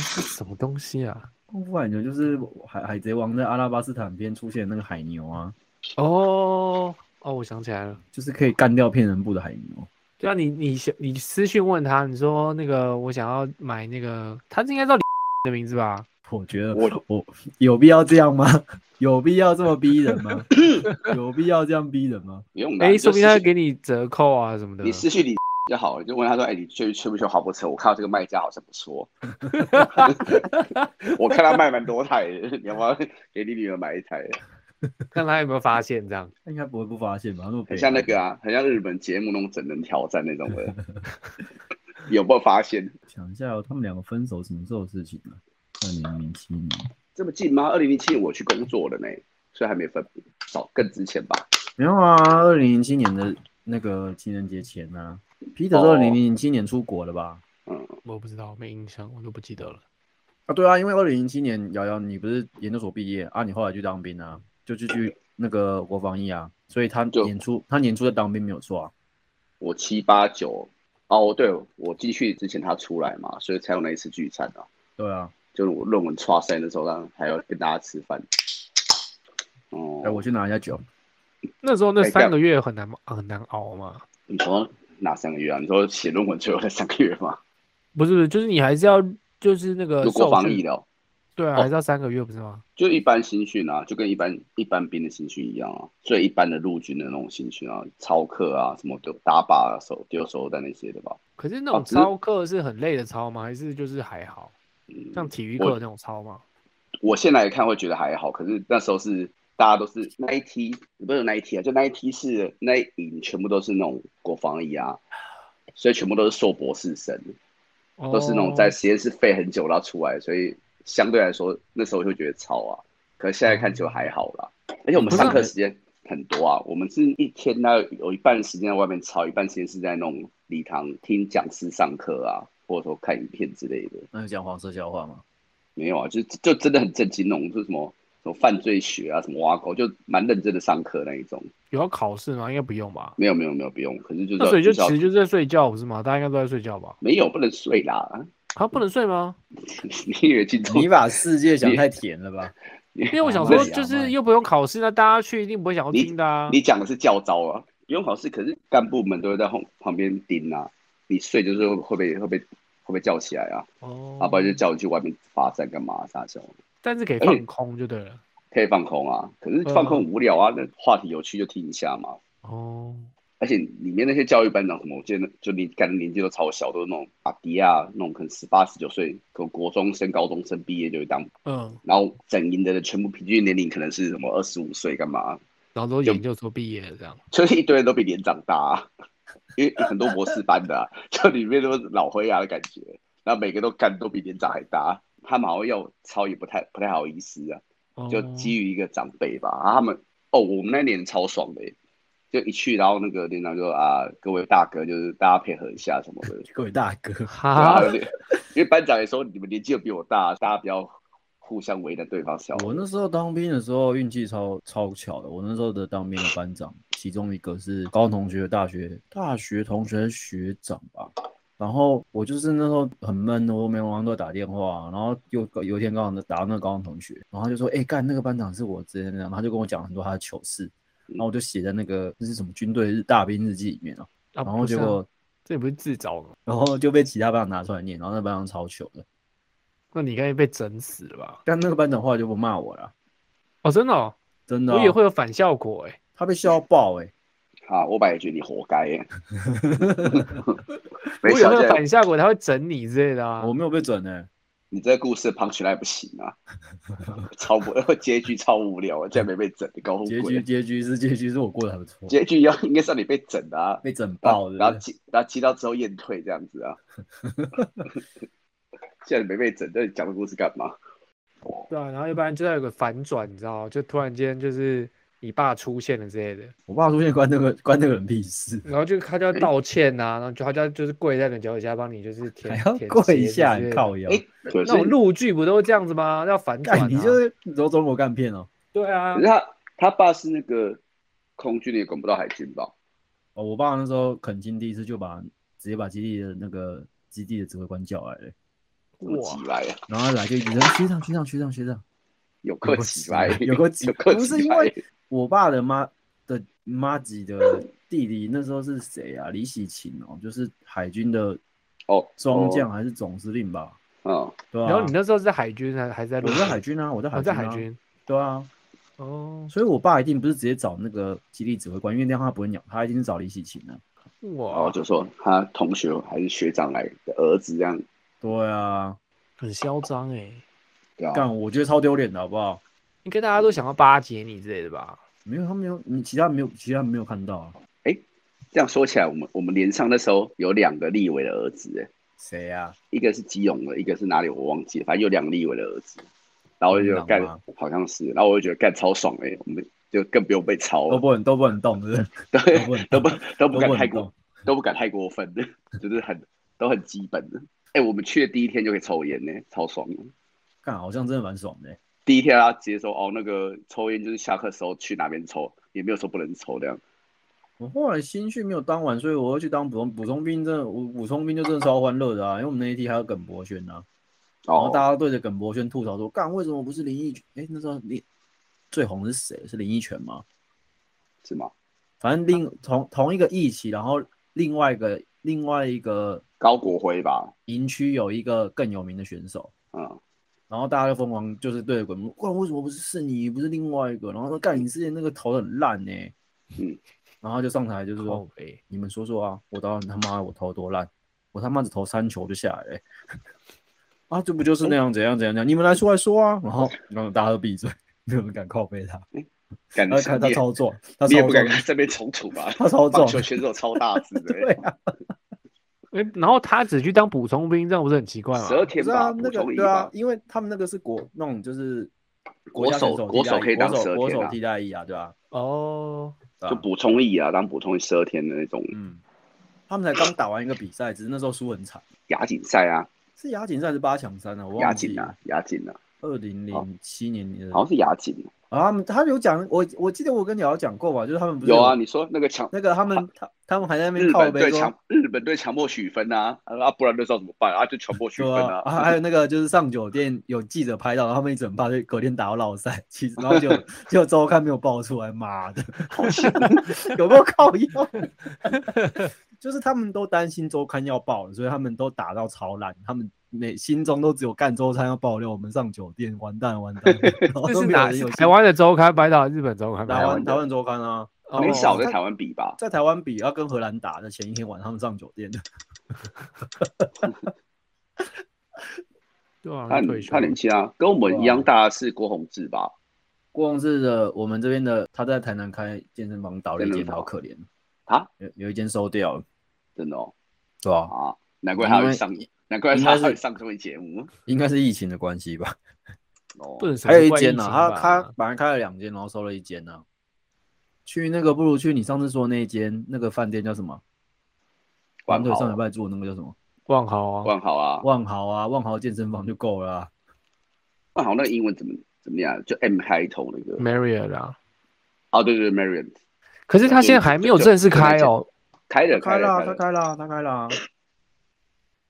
[SPEAKER 1] 是什么东西啊？
[SPEAKER 2] 功夫海牛就是海海贼王在阿拉巴斯坦边出现的那个海牛啊，
[SPEAKER 1] 哦哦，我想起来了。
[SPEAKER 2] 就是可以干掉骗人部的海牛。
[SPEAKER 1] 对啊，你你想你私讯问他，你说那个我想要买那个，他应该叫李 的名字吧？
[SPEAKER 2] 我觉得
[SPEAKER 3] 我
[SPEAKER 2] 我我有必要这样吗？ 有必要这么逼人吗？ 有必要这样逼人吗？
[SPEAKER 3] 不用啦，
[SPEAKER 1] 哎、
[SPEAKER 3] 你就
[SPEAKER 1] 说不定他
[SPEAKER 3] 私讯
[SPEAKER 1] 给你折扣啊什么的。
[SPEAKER 3] 你失去你 就好了，就问他说：“哎、你去去不去滑坡车？我看到这个卖家好像不错， 我看他卖蛮多台的，你要不要给你女儿买一 台？
[SPEAKER 1] 看他有没有发现这样？
[SPEAKER 2] 他应该不会不发现吧？他那么
[SPEAKER 3] 很
[SPEAKER 2] 北
[SPEAKER 3] 像那
[SPEAKER 2] 韩
[SPEAKER 3] 个啊，很像日本节目那种整人挑战那种的， 有没有发现
[SPEAKER 2] 想一下、哦，他们两个分手什么时候的事情啊？二零零七年，
[SPEAKER 3] 这么近吗？二零零七我去工作了呢，所以还没分，早更之前吧。
[SPEAKER 2] 没有啊，二零零七年的那个情人节前啊，Peter
[SPEAKER 3] 哦
[SPEAKER 2] 二零零七年出国了吧？
[SPEAKER 3] 嗯，
[SPEAKER 1] 我不知道，没印象，我都不记得了。
[SPEAKER 2] 啊，对啊，因为二零零七年瑶瑶你不是研究所毕业啊，你后来去当兵啊，就去去那个国防役啊，所以他
[SPEAKER 3] 就
[SPEAKER 2] 年初他年初在当兵没有错啊。
[SPEAKER 3] 我七八九哦，对，我进去之前他出来嘛，所以才有那一次聚餐啊。
[SPEAKER 2] 对啊，
[SPEAKER 3] 就是我论文刷塞的时候，让还要跟大家吃饭。哦
[SPEAKER 2] 哎、，我去拿一下酒。
[SPEAKER 1] 那时候那
[SPEAKER 3] 哎
[SPEAKER 1] 三
[SPEAKER 3] 干
[SPEAKER 1] 个月很难很难熬嘛，
[SPEAKER 3] 你说哪三个月啊？你说写论文最后那三个月吗？
[SPEAKER 1] 不是不是，就是你还是要就是那个
[SPEAKER 3] 就国防
[SPEAKER 1] 呃受训
[SPEAKER 3] 医疗，
[SPEAKER 1] 对啊，
[SPEAKER 3] 哦
[SPEAKER 1] 还是要三个月不是吗？
[SPEAKER 3] 就一般新训啊，就跟一般一般兵的新训一样啊，最一般的陆军的那种新训啊，操课啊，什么丢打靶、啊、手丢手榴弹那些的吧。
[SPEAKER 1] 可是那
[SPEAKER 3] 哦
[SPEAKER 1] 种
[SPEAKER 3] 只是
[SPEAKER 1] 操课是很累的操吗？还是就是还好，
[SPEAKER 3] 嗯，
[SPEAKER 1] 像体育
[SPEAKER 3] 我
[SPEAKER 1] 课那种操吗？
[SPEAKER 3] 我现在来看会觉得还好，可是那时候是大家都是那一梯，不是那一梯啊，就那一梯是那一营全部都是那种国防医啊，所以全部都是硕博士生。都是那种在
[SPEAKER 1] 哦
[SPEAKER 3] 实验室废很久然后出来，所以相对来说那时候就觉得吵啊。可是现在看就还好啦，而且我们上课时间很多啊，我们是一天大概有一半时间在外面吵，一半时间是在那种礼堂听讲师上课啊，或者说看影片之类的。
[SPEAKER 2] 那就讲黄色笑话嘛。
[SPEAKER 3] 没有啊，就就真的很震惊那种，就是什么什么犯罪学啊，什么挖沟，就蛮认真的上课那一种。
[SPEAKER 1] 有要考试吗？应该不用吧？
[SPEAKER 3] 没有没有没有，不用。可是就是
[SPEAKER 1] 那
[SPEAKER 3] 要
[SPEAKER 1] 所以就其
[SPEAKER 3] 就是要
[SPEAKER 1] 实就是在睡觉不是吗？大家应该都在睡觉吧？
[SPEAKER 3] 没有不能睡啦，
[SPEAKER 1] 啊，不能睡吗？
[SPEAKER 3] 你以为进
[SPEAKER 2] 你
[SPEAKER 3] 重？
[SPEAKER 2] 把世界想太甜了吧？
[SPEAKER 3] 因
[SPEAKER 1] 因为我想
[SPEAKER 2] 啊
[SPEAKER 1] 说，
[SPEAKER 2] 那
[SPEAKER 1] 就
[SPEAKER 2] 也啊
[SPEAKER 1] 是又不用考试，那大家去一定不会想要
[SPEAKER 3] 你
[SPEAKER 1] 听的啊。
[SPEAKER 3] 你讲的是教招啊，不用考试，可是干部们都会在后旁边盯啊。你睡就是会会被会被会被叫起来啊，
[SPEAKER 1] 哦
[SPEAKER 3] 啊，不然就叫你去外面罚站干嘛啥这种，
[SPEAKER 1] 但是可以
[SPEAKER 3] 而且
[SPEAKER 2] 哎
[SPEAKER 1] 放空就对了。
[SPEAKER 3] 可以放空啊。可是放空很无聊啊，那话题有趣就听一下嘛。
[SPEAKER 1] 哦，
[SPEAKER 3] 而且里面那些教育班长什么，我记得就你感觉年纪都超小，都是那种阿迪啊，那种可能十八十九岁，可国中生、高中生毕业就会当，
[SPEAKER 1] 嗯，
[SPEAKER 3] 然后整营的人全部平均年龄可能是什么二十五岁干嘛，
[SPEAKER 1] 然后都
[SPEAKER 3] 就
[SPEAKER 1] 研究所毕业了这样。
[SPEAKER 3] 就是一堆人都比连长大、啊，因为很多博士班的、啊， 就里面都是老灰啊的感觉，然后每个都干都比连长还大，他们好像要抄也不太不太好意思啊，
[SPEAKER 1] 哦
[SPEAKER 3] 就基于一个长辈吧，啊、他们哦，我们那年超爽的耶，就一去然后那个连长就啊，各位大哥就是大家配合一下什么的，
[SPEAKER 2] 各位大哥，
[SPEAKER 1] 哈啊
[SPEAKER 3] 对，因为班长也说你们年纪又比我大，大家不要互相为难对方小，
[SPEAKER 2] 我那时候当兵的时候运气超超巧的。我那时候的当兵的班长，其中一个是高中同学的大学大学同学的学长吧。然后我就是那时候很闷，我每晚上都打电话，然后又有一天刚好打到那个高中同学，然后他就说：“哎、干那个班长是我之前那样。”然后他就跟我讲很多他的糗事，然后我就写在那个那是什么军队日大兵日记里面啊，
[SPEAKER 1] 啊
[SPEAKER 2] 然后
[SPEAKER 1] 不是
[SPEAKER 2] 结
[SPEAKER 1] 啊
[SPEAKER 2] 果、
[SPEAKER 1] 这也不是自找的吗，
[SPEAKER 2] 然后就被其他班长拿出来念，然后那班长超糗的，
[SPEAKER 1] 那你应该被整死了吧？
[SPEAKER 2] 但那个班长后来就不骂我了，
[SPEAKER 1] 哦，真的哦，
[SPEAKER 2] 真的、啊
[SPEAKER 1] 我以为会，有反效果哎。
[SPEAKER 2] 他被笑爆哎、
[SPEAKER 3] 啊，我本来觉得你活该耶，
[SPEAKER 1] 我
[SPEAKER 3] 没
[SPEAKER 1] 以
[SPEAKER 3] 啊
[SPEAKER 1] 为
[SPEAKER 3] 想
[SPEAKER 1] 会有
[SPEAKER 3] 到
[SPEAKER 1] 反效果，他会整你之类的啊
[SPEAKER 2] 我。没有被整哎、
[SPEAKER 3] 你这个故事 punch line 不行啊，超不 结局超无聊啊，竟然没被整，高
[SPEAKER 2] 结
[SPEAKER 3] 富
[SPEAKER 2] 局
[SPEAKER 3] 贵。
[SPEAKER 2] 结局是结局是我过得还不错，
[SPEAKER 3] 结局要应该是让你被整的啊，
[SPEAKER 2] 被整
[SPEAKER 3] 然
[SPEAKER 2] 爆
[SPEAKER 3] 后然后
[SPEAKER 2] 的。
[SPEAKER 3] 击然后击到之后验退 这样子啊，竟然没被整，那你讲的故事干嘛？
[SPEAKER 1] 对啊，然后要不然就要有个反转，你知道吗？就突然间就是你爸出现了之类的，
[SPEAKER 2] 我爸出现关那个关那个人屁事，
[SPEAKER 1] 然后就他
[SPEAKER 2] 哎
[SPEAKER 1] 就要道歉呐、啊然后就他就要就是跪在你脚底下帮你就是舔
[SPEAKER 2] 还要跪一下靠腰。
[SPEAKER 3] 哎可是
[SPEAKER 1] 那种陆剧不都这样子吗？要反转、啊，
[SPEAKER 2] 干你就是你说中国干片哦、
[SPEAKER 1] 对啊
[SPEAKER 3] 可是，他他爸是那个空军的，也管不到海军吧？
[SPEAKER 2] 哦，我爸那时候垦丁第一次就把直接把基地的那个基地的指挥官叫来了，
[SPEAKER 3] 这么
[SPEAKER 1] 哇
[SPEAKER 3] 急来啊？
[SPEAKER 2] 然后他来就一直说学长学长学长学长，
[SPEAKER 3] 有个急来，
[SPEAKER 2] 有个急，
[SPEAKER 3] 有个
[SPEAKER 2] 不是
[SPEAKER 3] 急
[SPEAKER 2] 因
[SPEAKER 3] 来
[SPEAKER 2] 为我爸的妈的妈级的弟弟那时候是谁啊？李喜勤哦，就是海军的
[SPEAKER 3] 哦，
[SPEAKER 2] 中将还是总司令吧？
[SPEAKER 3] 哦，
[SPEAKER 2] 对啊。
[SPEAKER 1] 然后你那时候是在海军还还是在陆
[SPEAKER 2] 我
[SPEAKER 1] 军？
[SPEAKER 2] 在海军啊，我在海
[SPEAKER 1] 我
[SPEAKER 2] 军、
[SPEAKER 1] 在
[SPEAKER 2] 啊，
[SPEAKER 1] 海军
[SPEAKER 2] 对啊，
[SPEAKER 1] 哦，
[SPEAKER 2] 所以我爸一定不是直接找那个基地指挥官，因为那样他不会鸟，他一定是找李喜勤的、
[SPEAKER 3] 嗯，然后
[SPEAKER 1] 哇，
[SPEAKER 3] 就说他同学还是学长来的儿子这样，
[SPEAKER 2] 对啊，
[SPEAKER 1] 很嚣张哎，
[SPEAKER 3] 对啊，
[SPEAKER 2] 干我觉得超丢脸的好不好？
[SPEAKER 1] 应该大家都想要巴结你之类的吧？
[SPEAKER 2] 没有，他没有，你其他没有，其他没有看到啊。
[SPEAKER 3] 这样说起来，我们我们连上那时候有两个立委的儿子，哎
[SPEAKER 2] 谁啊？
[SPEAKER 3] 一个是基隆的，一个是哪里我忘记了，反正有两个立委的儿子。然后我就觉得
[SPEAKER 2] 国民
[SPEAKER 3] 干
[SPEAKER 2] 党吗
[SPEAKER 3] 好像是，然后我就觉得干超爽哎、我们就更不用被抄
[SPEAKER 2] 都
[SPEAKER 3] 了，
[SPEAKER 2] 不能，都不能动，是不 是？
[SPEAKER 3] 对，
[SPEAKER 2] 都不能
[SPEAKER 3] 都
[SPEAKER 2] 动都
[SPEAKER 3] 不都不敢太
[SPEAKER 2] 能
[SPEAKER 3] 过
[SPEAKER 2] 动。
[SPEAKER 3] 都不敢太过分的，就是很都很基本的。哎、我们去的第一天就可以抽烟呢、超爽的。
[SPEAKER 2] 干，好像真的蛮爽的欸。
[SPEAKER 3] 第一天他直接说哦，那个抽烟就是下课时候去哪边抽，也没有说不能抽这样。
[SPEAKER 2] 我后来新训没有当完，所以我要去当补充补充兵，真的，我补充兵就真的超欢乐的啊！因为我们那一梯还有耿博轩啊，然后大
[SPEAKER 3] 哦，
[SPEAKER 2] 家对着耿博轩吐槽说：“干，为什么不是林奕？哎、那时候林最红的是谁？是林奕泉吗？
[SPEAKER 3] 是吗？
[SPEAKER 2] 反正另同同一个一起，然后另外一个另外一个
[SPEAKER 3] 高国辉吧，
[SPEAKER 2] 营区有一个更有名的选手，
[SPEAKER 3] 嗯，
[SPEAKER 2] 然后大家就疯狂就是对着滚木，哇，为什么不是是你，不是另外一个？然后说干，你之前那个头很烂呢、
[SPEAKER 3] 嗯，
[SPEAKER 2] 然后就上台就是
[SPEAKER 1] 靠
[SPEAKER 2] 说，
[SPEAKER 1] 北，
[SPEAKER 2] 你们说说啊，我当然他妈我头多烂，我他妈只投三球就下来了 欸、啊，这不就是那样怎样怎样怎样？你们来说来说啊，然后然后大家都闭嘴， 没有人敢靠背他，
[SPEAKER 3] 感
[SPEAKER 2] 他
[SPEAKER 3] 觉
[SPEAKER 2] 他
[SPEAKER 3] 你
[SPEAKER 2] 呃他
[SPEAKER 3] 也
[SPEAKER 2] 操作，他
[SPEAKER 3] 你也
[SPEAKER 2] 操
[SPEAKER 3] 不
[SPEAKER 2] 作
[SPEAKER 3] 敢，跟这边重组 吧？
[SPEAKER 2] 他操
[SPEAKER 3] 棒
[SPEAKER 2] 作，
[SPEAKER 3] 球选手超大只的、
[SPEAKER 2] 对啊，
[SPEAKER 1] 哎、然后他只去当补充兵，这样不是很奇怪吗
[SPEAKER 3] 十？二
[SPEAKER 2] 不
[SPEAKER 3] 天
[SPEAKER 2] 是
[SPEAKER 3] 吧，
[SPEAKER 2] 啊，
[SPEAKER 3] 补
[SPEAKER 2] 那个
[SPEAKER 3] 充一
[SPEAKER 2] 对啊
[SPEAKER 3] 吧，，
[SPEAKER 2] 因为他们那个是国那种就是
[SPEAKER 3] 国
[SPEAKER 2] 家
[SPEAKER 3] 手
[SPEAKER 2] 选手
[SPEAKER 3] 国
[SPEAKER 2] 替
[SPEAKER 3] 手
[SPEAKER 2] 代
[SPEAKER 3] 可以
[SPEAKER 2] 役
[SPEAKER 3] 当
[SPEAKER 2] 国手
[SPEAKER 3] 12
[SPEAKER 2] 国
[SPEAKER 3] 天
[SPEAKER 2] 手
[SPEAKER 3] 啊
[SPEAKER 2] 替代役啊，对吧、
[SPEAKER 1] 哦，
[SPEAKER 2] 对啊？
[SPEAKER 3] 就补充一啊，当补充一十二天的那种
[SPEAKER 2] 嗯，他们才刚打完一个比赛，只是那时候输很惨，
[SPEAKER 3] 亚锦赛啊，
[SPEAKER 2] 是亚锦赛还是八强三啊？我
[SPEAKER 3] 亚
[SPEAKER 2] 忘记
[SPEAKER 3] 锦
[SPEAKER 2] 了
[SPEAKER 3] 啊，，亚锦啊，
[SPEAKER 2] 二零零七年的
[SPEAKER 3] 好像是亚锦啊，
[SPEAKER 2] 啊，他们他有讲，我我记得我跟瑶瑶讲过吧，就是他们不是
[SPEAKER 3] 有啊，你说那个强
[SPEAKER 2] 那个他们他他们还在那边
[SPEAKER 3] 日
[SPEAKER 2] 靠
[SPEAKER 3] 本
[SPEAKER 2] 背
[SPEAKER 3] 队
[SPEAKER 2] 说
[SPEAKER 3] 强，日本队强迫取分啊，啊，不然那时候怎么办啊？就强迫取分
[SPEAKER 2] 说啊
[SPEAKER 3] 啊，
[SPEAKER 2] 还有那个就是上酒店有记者拍到，然后他们一整怕就隔天打到老赛，其实 然后就就周刊没有爆出来，妈的，
[SPEAKER 3] 好险！
[SPEAKER 2] 有没有靠 腰？就是他们都担心周刊要爆了，所以他们都打到超烂，他们每心中都只有干周刊要爆料，我们上酒店完蛋完蛋，然后
[SPEAKER 1] 这
[SPEAKER 2] 哦都
[SPEAKER 1] 是
[SPEAKER 2] 没有
[SPEAKER 1] 哪？
[SPEAKER 2] 人
[SPEAKER 1] 是
[SPEAKER 2] 有
[SPEAKER 1] 台湾的周刊拍到，日本周刊拍
[SPEAKER 2] 台
[SPEAKER 1] 到
[SPEAKER 2] 湾台湾周刊啊，
[SPEAKER 1] 哦
[SPEAKER 3] 那个小
[SPEAKER 1] 哦
[SPEAKER 3] 在台湾比吧，
[SPEAKER 2] 在台湾比要跟荷兰打的前一天晚上上酒店，
[SPEAKER 1] 对啊，
[SPEAKER 3] 他
[SPEAKER 1] 退
[SPEAKER 3] 很
[SPEAKER 1] 休
[SPEAKER 3] 他年轻啊，跟我们一样
[SPEAKER 2] 对啊
[SPEAKER 3] 大的是郭宏志吧？
[SPEAKER 2] 郭宏志的我们这边的他在台南开健身房倒了一
[SPEAKER 3] 健
[SPEAKER 2] 间，
[SPEAKER 3] 身房
[SPEAKER 2] 好可怜，
[SPEAKER 3] 啊，
[SPEAKER 2] 有有一间收掉了，
[SPEAKER 3] 真的哦
[SPEAKER 2] 对吧、
[SPEAKER 3] 啊，难怪他会上
[SPEAKER 2] 因为，
[SPEAKER 3] 难怪
[SPEAKER 2] 应
[SPEAKER 3] 他
[SPEAKER 2] 该是
[SPEAKER 3] 会上综艺节目
[SPEAKER 2] 应该是疫情的关系吧。
[SPEAKER 3] 哦
[SPEAKER 1] 不。能
[SPEAKER 2] 还有一间呢、
[SPEAKER 1] 啊，
[SPEAKER 2] 他他本来开了两间，然后收了一间呢、去那个不如去你上次说的那一间那个饭店叫什么？
[SPEAKER 3] 万
[SPEAKER 2] 对，上
[SPEAKER 3] 豪啊
[SPEAKER 2] 礼，拜住的那个叫什么？
[SPEAKER 1] 万豪啊，
[SPEAKER 3] 万豪啊，
[SPEAKER 2] 万豪啊，万豪健身房就够了、啊。
[SPEAKER 3] 万豪那个英文怎么怎么样？就 M 开头那个
[SPEAKER 1] Marriott 啊，
[SPEAKER 3] 啊，对对对，Marion
[SPEAKER 1] 可是他现在还没有正式开哦。
[SPEAKER 3] 开了
[SPEAKER 2] 开
[SPEAKER 3] 了
[SPEAKER 2] 啦，
[SPEAKER 3] 开
[SPEAKER 2] 他开
[SPEAKER 3] 了，
[SPEAKER 2] 啦，他开啊啦。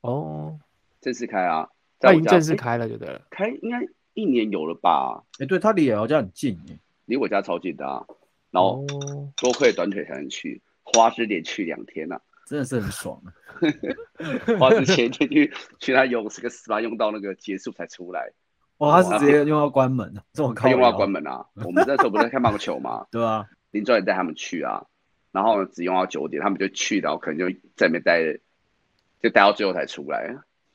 [SPEAKER 1] 哦，
[SPEAKER 3] 正式开啊，在
[SPEAKER 1] 他已
[SPEAKER 3] 我
[SPEAKER 1] 经
[SPEAKER 3] 家
[SPEAKER 1] 正式
[SPEAKER 3] 诶
[SPEAKER 1] 开了，就对了。
[SPEAKER 3] 开应该一年有了吧？
[SPEAKER 2] 哎、对，他离瑶家很近耶、
[SPEAKER 3] 离我家超近的啊，然后
[SPEAKER 1] 哦
[SPEAKER 3] 多亏短腿才能去，花枝连去两 天啊。
[SPEAKER 2] 真的是很爽、啊。
[SPEAKER 3] 花之前一天去去他游这个 SPA 用到那个结束才出来，
[SPEAKER 2] 哇，他是直接用到关门的，啊这种靠
[SPEAKER 3] 他用到关
[SPEAKER 2] 门，
[SPEAKER 3] 门啊。我们那时候不是在看棒球嘛，
[SPEAKER 2] 对啊，
[SPEAKER 3] 林专也带他们去啊，然后呢只用到九点，他们就去，然后可能就在里面待，就待到最后才出来。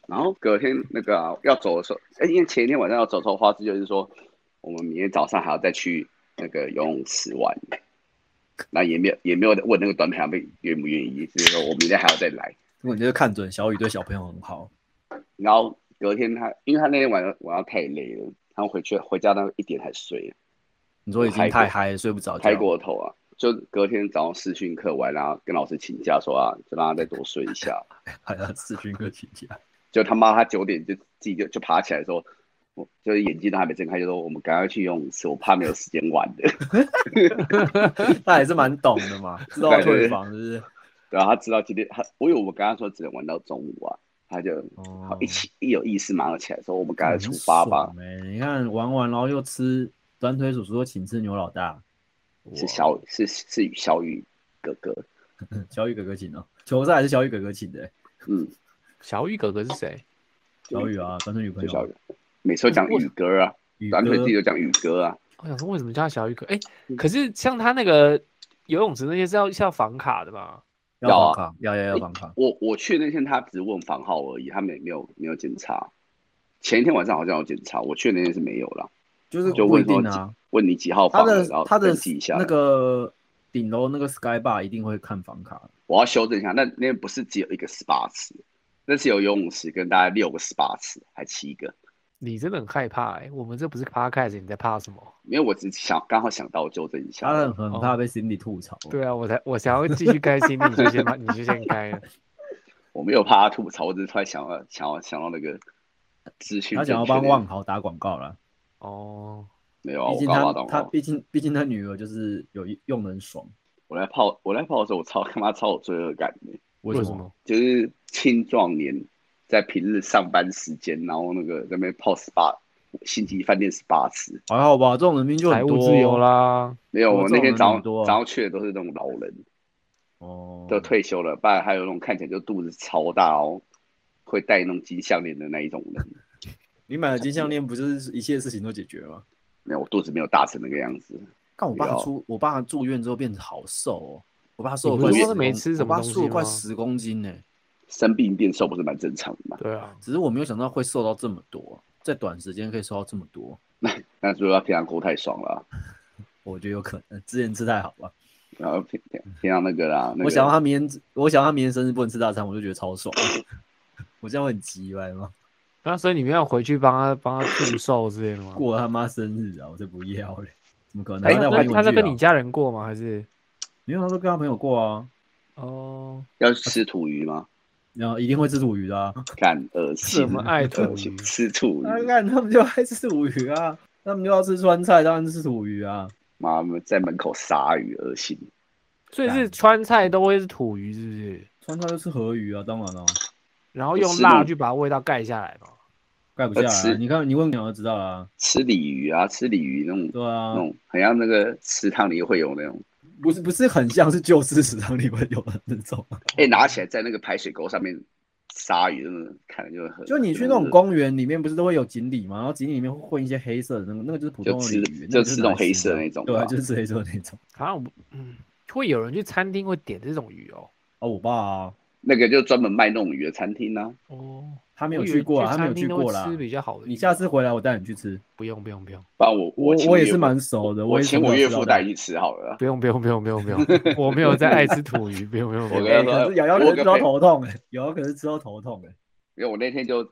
[SPEAKER 3] 然后隔天那个啊、要走的时候，哎、因为前一天晚上要走的时候，花枝就是说我们明天早上还要再去那个游泳池玩，那也没有也没有问那个短腿他们愿不愿意，就是说我明天还要再来。
[SPEAKER 2] 我觉得看准小雨对小朋友很好，
[SPEAKER 3] 然后隔天他，因为他那天晚上晚上太累了，他回去回家那一点才睡，
[SPEAKER 2] 你说已经太嗨了，睡不着觉
[SPEAKER 3] 开。过头啊！就隔天早上视讯课，我还让他跟老师请假说啊，就让他再多睡一下。啊
[SPEAKER 2] 还要视讯课请假，
[SPEAKER 3] 就他妈他九点就自己就就爬起来说，我就是眼睛都还没睁开，就说我们赶快去游泳池，我怕没有时间玩的。
[SPEAKER 2] 他还是蛮懂的嘛，知道退房是不是？
[SPEAKER 3] 然后他知道今天他，我以为我跟他说只能玩到中午啊，他就好
[SPEAKER 2] 哦
[SPEAKER 3] 一起一有意识马上起来说我们赶快出发吧
[SPEAKER 2] 很爽，欸你看玩完然后又吃短腿叔叔说请吃牛老大，
[SPEAKER 3] 是
[SPEAKER 2] 哇
[SPEAKER 3] 小是是与小雨哥哥，
[SPEAKER 2] 小雨哥哥请哦，球赛还是小雨哥哥请的欸，
[SPEAKER 3] 嗯，
[SPEAKER 1] 小雨哥哥是谁？
[SPEAKER 2] 小雨啊，短腿女朋
[SPEAKER 3] 就小
[SPEAKER 2] 友
[SPEAKER 3] 雨，每次都讲宇哥啊，
[SPEAKER 2] 宇
[SPEAKER 3] 短腿
[SPEAKER 2] 哥
[SPEAKER 3] 弟就讲宇哥啊，
[SPEAKER 1] 我想说为什么叫他小雨哥？哎、
[SPEAKER 3] 嗯
[SPEAKER 1] 可是像他那个游泳池那些是要是要房卡的吧？
[SPEAKER 3] 要啊
[SPEAKER 2] 要防卡，要要要防卡，
[SPEAKER 3] 我我去那天他只是问房号而已，他们也没有没有检查。前一天晚上好像有检查，我去的那天是没有了。
[SPEAKER 2] 就是
[SPEAKER 3] 就
[SPEAKER 2] 不一
[SPEAKER 3] 问说
[SPEAKER 2] 定
[SPEAKER 3] 几、
[SPEAKER 2] 啊。
[SPEAKER 3] 问你几号
[SPEAKER 2] 他
[SPEAKER 3] 房了，
[SPEAKER 2] 的
[SPEAKER 3] 然后
[SPEAKER 2] 他的
[SPEAKER 3] 登记一下。
[SPEAKER 2] 那个顶楼那个 Sky Bar 一定会看房卡，
[SPEAKER 3] 我要修正一下，那那边不是只有一个 SPA 池，那是有游泳池跟大概六个 SPA 池，还七个。
[SPEAKER 1] 你真的很害怕哎、我们这不是 podcast，你在怕什么？
[SPEAKER 2] 哦
[SPEAKER 3] 因为我只想刚好想到纠正一下，
[SPEAKER 2] 他很很怕被 Cindy 吐槽。
[SPEAKER 1] 对啊，我才我想要继续开心，你就先把你就先开 了。
[SPEAKER 3] 我没有怕他吐槽，我只是突然想到想要想到那个资讯
[SPEAKER 2] 他
[SPEAKER 3] 正确
[SPEAKER 2] 想要
[SPEAKER 3] 的。
[SPEAKER 2] 帮万豪打广告啦，
[SPEAKER 1] 哦，
[SPEAKER 3] 没有啊，
[SPEAKER 2] 毕
[SPEAKER 3] 我
[SPEAKER 2] 竟
[SPEAKER 3] 搞不
[SPEAKER 2] 他
[SPEAKER 3] 懂
[SPEAKER 2] 他
[SPEAKER 3] 啊。
[SPEAKER 2] 毕竟毕竟他女儿就是有一用人爽，
[SPEAKER 3] 我来泡我来泡的时候，我超他妈超有罪恶感的。
[SPEAKER 1] 为
[SPEAKER 2] 为什
[SPEAKER 1] 什
[SPEAKER 2] 么？
[SPEAKER 1] 么？
[SPEAKER 3] 就是青壮年在平日上班时间，然后那个在那边泡 SPA，星级饭店 SPA 池。
[SPEAKER 2] 还好吧，这种人民就
[SPEAKER 1] 财
[SPEAKER 2] 很多
[SPEAKER 1] 务自由啦，
[SPEAKER 3] 没有，
[SPEAKER 2] 多
[SPEAKER 3] 我
[SPEAKER 2] 这
[SPEAKER 3] 那
[SPEAKER 2] 种
[SPEAKER 3] 天
[SPEAKER 2] 人
[SPEAKER 3] 早上
[SPEAKER 2] 很多啊
[SPEAKER 3] 早上去的都是那种老人，
[SPEAKER 2] 哦，
[SPEAKER 3] 都退休了，不然还有那种看起来就肚子超大哦，会戴那种金项链的那一种人。
[SPEAKER 2] 你买了金项链，不就是一切事情都解决了吗？
[SPEAKER 3] 没有，我肚子没有大成那个样子。
[SPEAKER 2] 看我爸
[SPEAKER 3] 有
[SPEAKER 2] 出，我爸住院之后变得好瘦哦，我爸瘦了
[SPEAKER 1] 你
[SPEAKER 2] 快
[SPEAKER 1] 不是
[SPEAKER 2] 10
[SPEAKER 1] 说他没吃什么
[SPEAKER 2] 我爸
[SPEAKER 1] 东西
[SPEAKER 2] 瘦了快
[SPEAKER 1] 吗
[SPEAKER 2] 十公斤呢、
[SPEAKER 3] 生病变瘦不是蛮正常的吗？
[SPEAKER 1] 对啊，
[SPEAKER 2] 只是我没有想到会瘦到这么多，在短时间可以瘦到这么多，
[SPEAKER 3] 那是不是他平常过太爽了啊、
[SPEAKER 2] 我觉得有可能之前吃太好了。
[SPEAKER 3] 然后平平平常那个啦，那
[SPEAKER 2] 嗯我想到
[SPEAKER 3] 个
[SPEAKER 2] 他明天，我想到他明天生日不能吃大餐，我就觉得超爽。 我这样会很急歪吗？
[SPEAKER 1] 那所以你们要回去帮他帮他祝寿之类的吗？
[SPEAKER 2] 过他妈生日啊，我才不要嘞！怎么可能？
[SPEAKER 1] 哎、
[SPEAKER 2] 他在
[SPEAKER 1] 那
[SPEAKER 2] 玩
[SPEAKER 1] 他
[SPEAKER 2] 玩
[SPEAKER 1] 在
[SPEAKER 2] 具、
[SPEAKER 1] 跟你
[SPEAKER 2] 啊。
[SPEAKER 1] 家人过吗？还是
[SPEAKER 2] 没有，他都跟他朋友过啊，
[SPEAKER 1] 哦，
[SPEAKER 3] 要吃土鱼吗？
[SPEAKER 2] 然后一定会吃土鱼的啊。
[SPEAKER 3] 干恶心，
[SPEAKER 1] 什么爱
[SPEAKER 3] 恶
[SPEAKER 1] 土
[SPEAKER 3] 心
[SPEAKER 1] 鱼？
[SPEAKER 3] 吃
[SPEAKER 1] 嗯
[SPEAKER 3] 土
[SPEAKER 2] 他
[SPEAKER 3] 鱼，
[SPEAKER 2] 看他们就爱吃土鱼啊，他们就要吃川菜，当然是吃土鱼啊。
[SPEAKER 3] 妈在门口杀鱼，恶心。
[SPEAKER 1] 所以是川菜都会是土鱼，是不是？
[SPEAKER 2] 川菜就吃河鱼啊，当然了、
[SPEAKER 1] 然后
[SPEAKER 3] 不
[SPEAKER 1] 用
[SPEAKER 3] 是
[SPEAKER 1] 辣
[SPEAKER 3] 你
[SPEAKER 1] 去把味道盖下来嘛？
[SPEAKER 2] 盖不下来啊、
[SPEAKER 3] 呃吃
[SPEAKER 2] 你看，你问鸟就知道啦、
[SPEAKER 3] 吃鲤鱼啊，吃鲤鱼那种、
[SPEAKER 2] 对啊
[SPEAKER 3] 那，种，很像那个池塘里会有那种，
[SPEAKER 2] 不是不是很像是旧式食堂里面有的那种，啊
[SPEAKER 3] 哎、拿起来在那个排水沟上面杀鱼，真的看着就很。
[SPEAKER 2] 就你去那种，
[SPEAKER 3] 嗯
[SPEAKER 2] 公园里面，不是都会有锦鲤吗？然后锦鲤里面会混一些黑色的那个，那个就是普通的鲤鱼，那个是
[SPEAKER 3] 就吃就吃那
[SPEAKER 2] 难
[SPEAKER 3] 种
[SPEAKER 2] 吃的
[SPEAKER 3] 黑色的那种
[SPEAKER 2] 对
[SPEAKER 3] 吧
[SPEAKER 2] 啊，就是吃黑色的那种。
[SPEAKER 1] 好像我嗯，会有人去餐厅会点这种鱼哦。
[SPEAKER 2] 哦，我爸啊，
[SPEAKER 3] 那个就专门卖那种鱼的餐厅啊呢、
[SPEAKER 1] 哦，
[SPEAKER 2] 他没
[SPEAKER 1] 没
[SPEAKER 2] 有去过啊，他没有
[SPEAKER 1] 餐
[SPEAKER 2] 去
[SPEAKER 1] 厅都
[SPEAKER 2] 过
[SPEAKER 1] 会
[SPEAKER 2] 啦。
[SPEAKER 1] 吃比较好的鱼。
[SPEAKER 2] 你下次回来我带你去吃，
[SPEAKER 1] 不用不用不用
[SPEAKER 3] 不然我
[SPEAKER 2] 我
[SPEAKER 3] 请
[SPEAKER 2] 我
[SPEAKER 3] 我
[SPEAKER 2] 也
[SPEAKER 3] 岳
[SPEAKER 2] 是
[SPEAKER 3] 父
[SPEAKER 2] 蛮熟的，
[SPEAKER 3] 我
[SPEAKER 2] 也
[SPEAKER 3] 请
[SPEAKER 2] 从
[SPEAKER 3] 我
[SPEAKER 2] 小
[SPEAKER 3] 岳
[SPEAKER 2] 吃
[SPEAKER 3] 父
[SPEAKER 2] 到大
[SPEAKER 3] 带你。去吃好了啊。
[SPEAKER 1] 不用不用不用不用不用，我没有在爱吃土鱼，不用不用不
[SPEAKER 3] 我
[SPEAKER 1] 用。
[SPEAKER 3] 跟
[SPEAKER 2] 哎，
[SPEAKER 3] 他
[SPEAKER 2] 可
[SPEAKER 3] 说，
[SPEAKER 2] 是瑶瑶可能
[SPEAKER 3] 我有个
[SPEAKER 2] 吃到
[SPEAKER 3] 朋友，
[SPEAKER 2] 头痛哎，瑶瑶可能吃到头痛哎。
[SPEAKER 3] 因为我那天就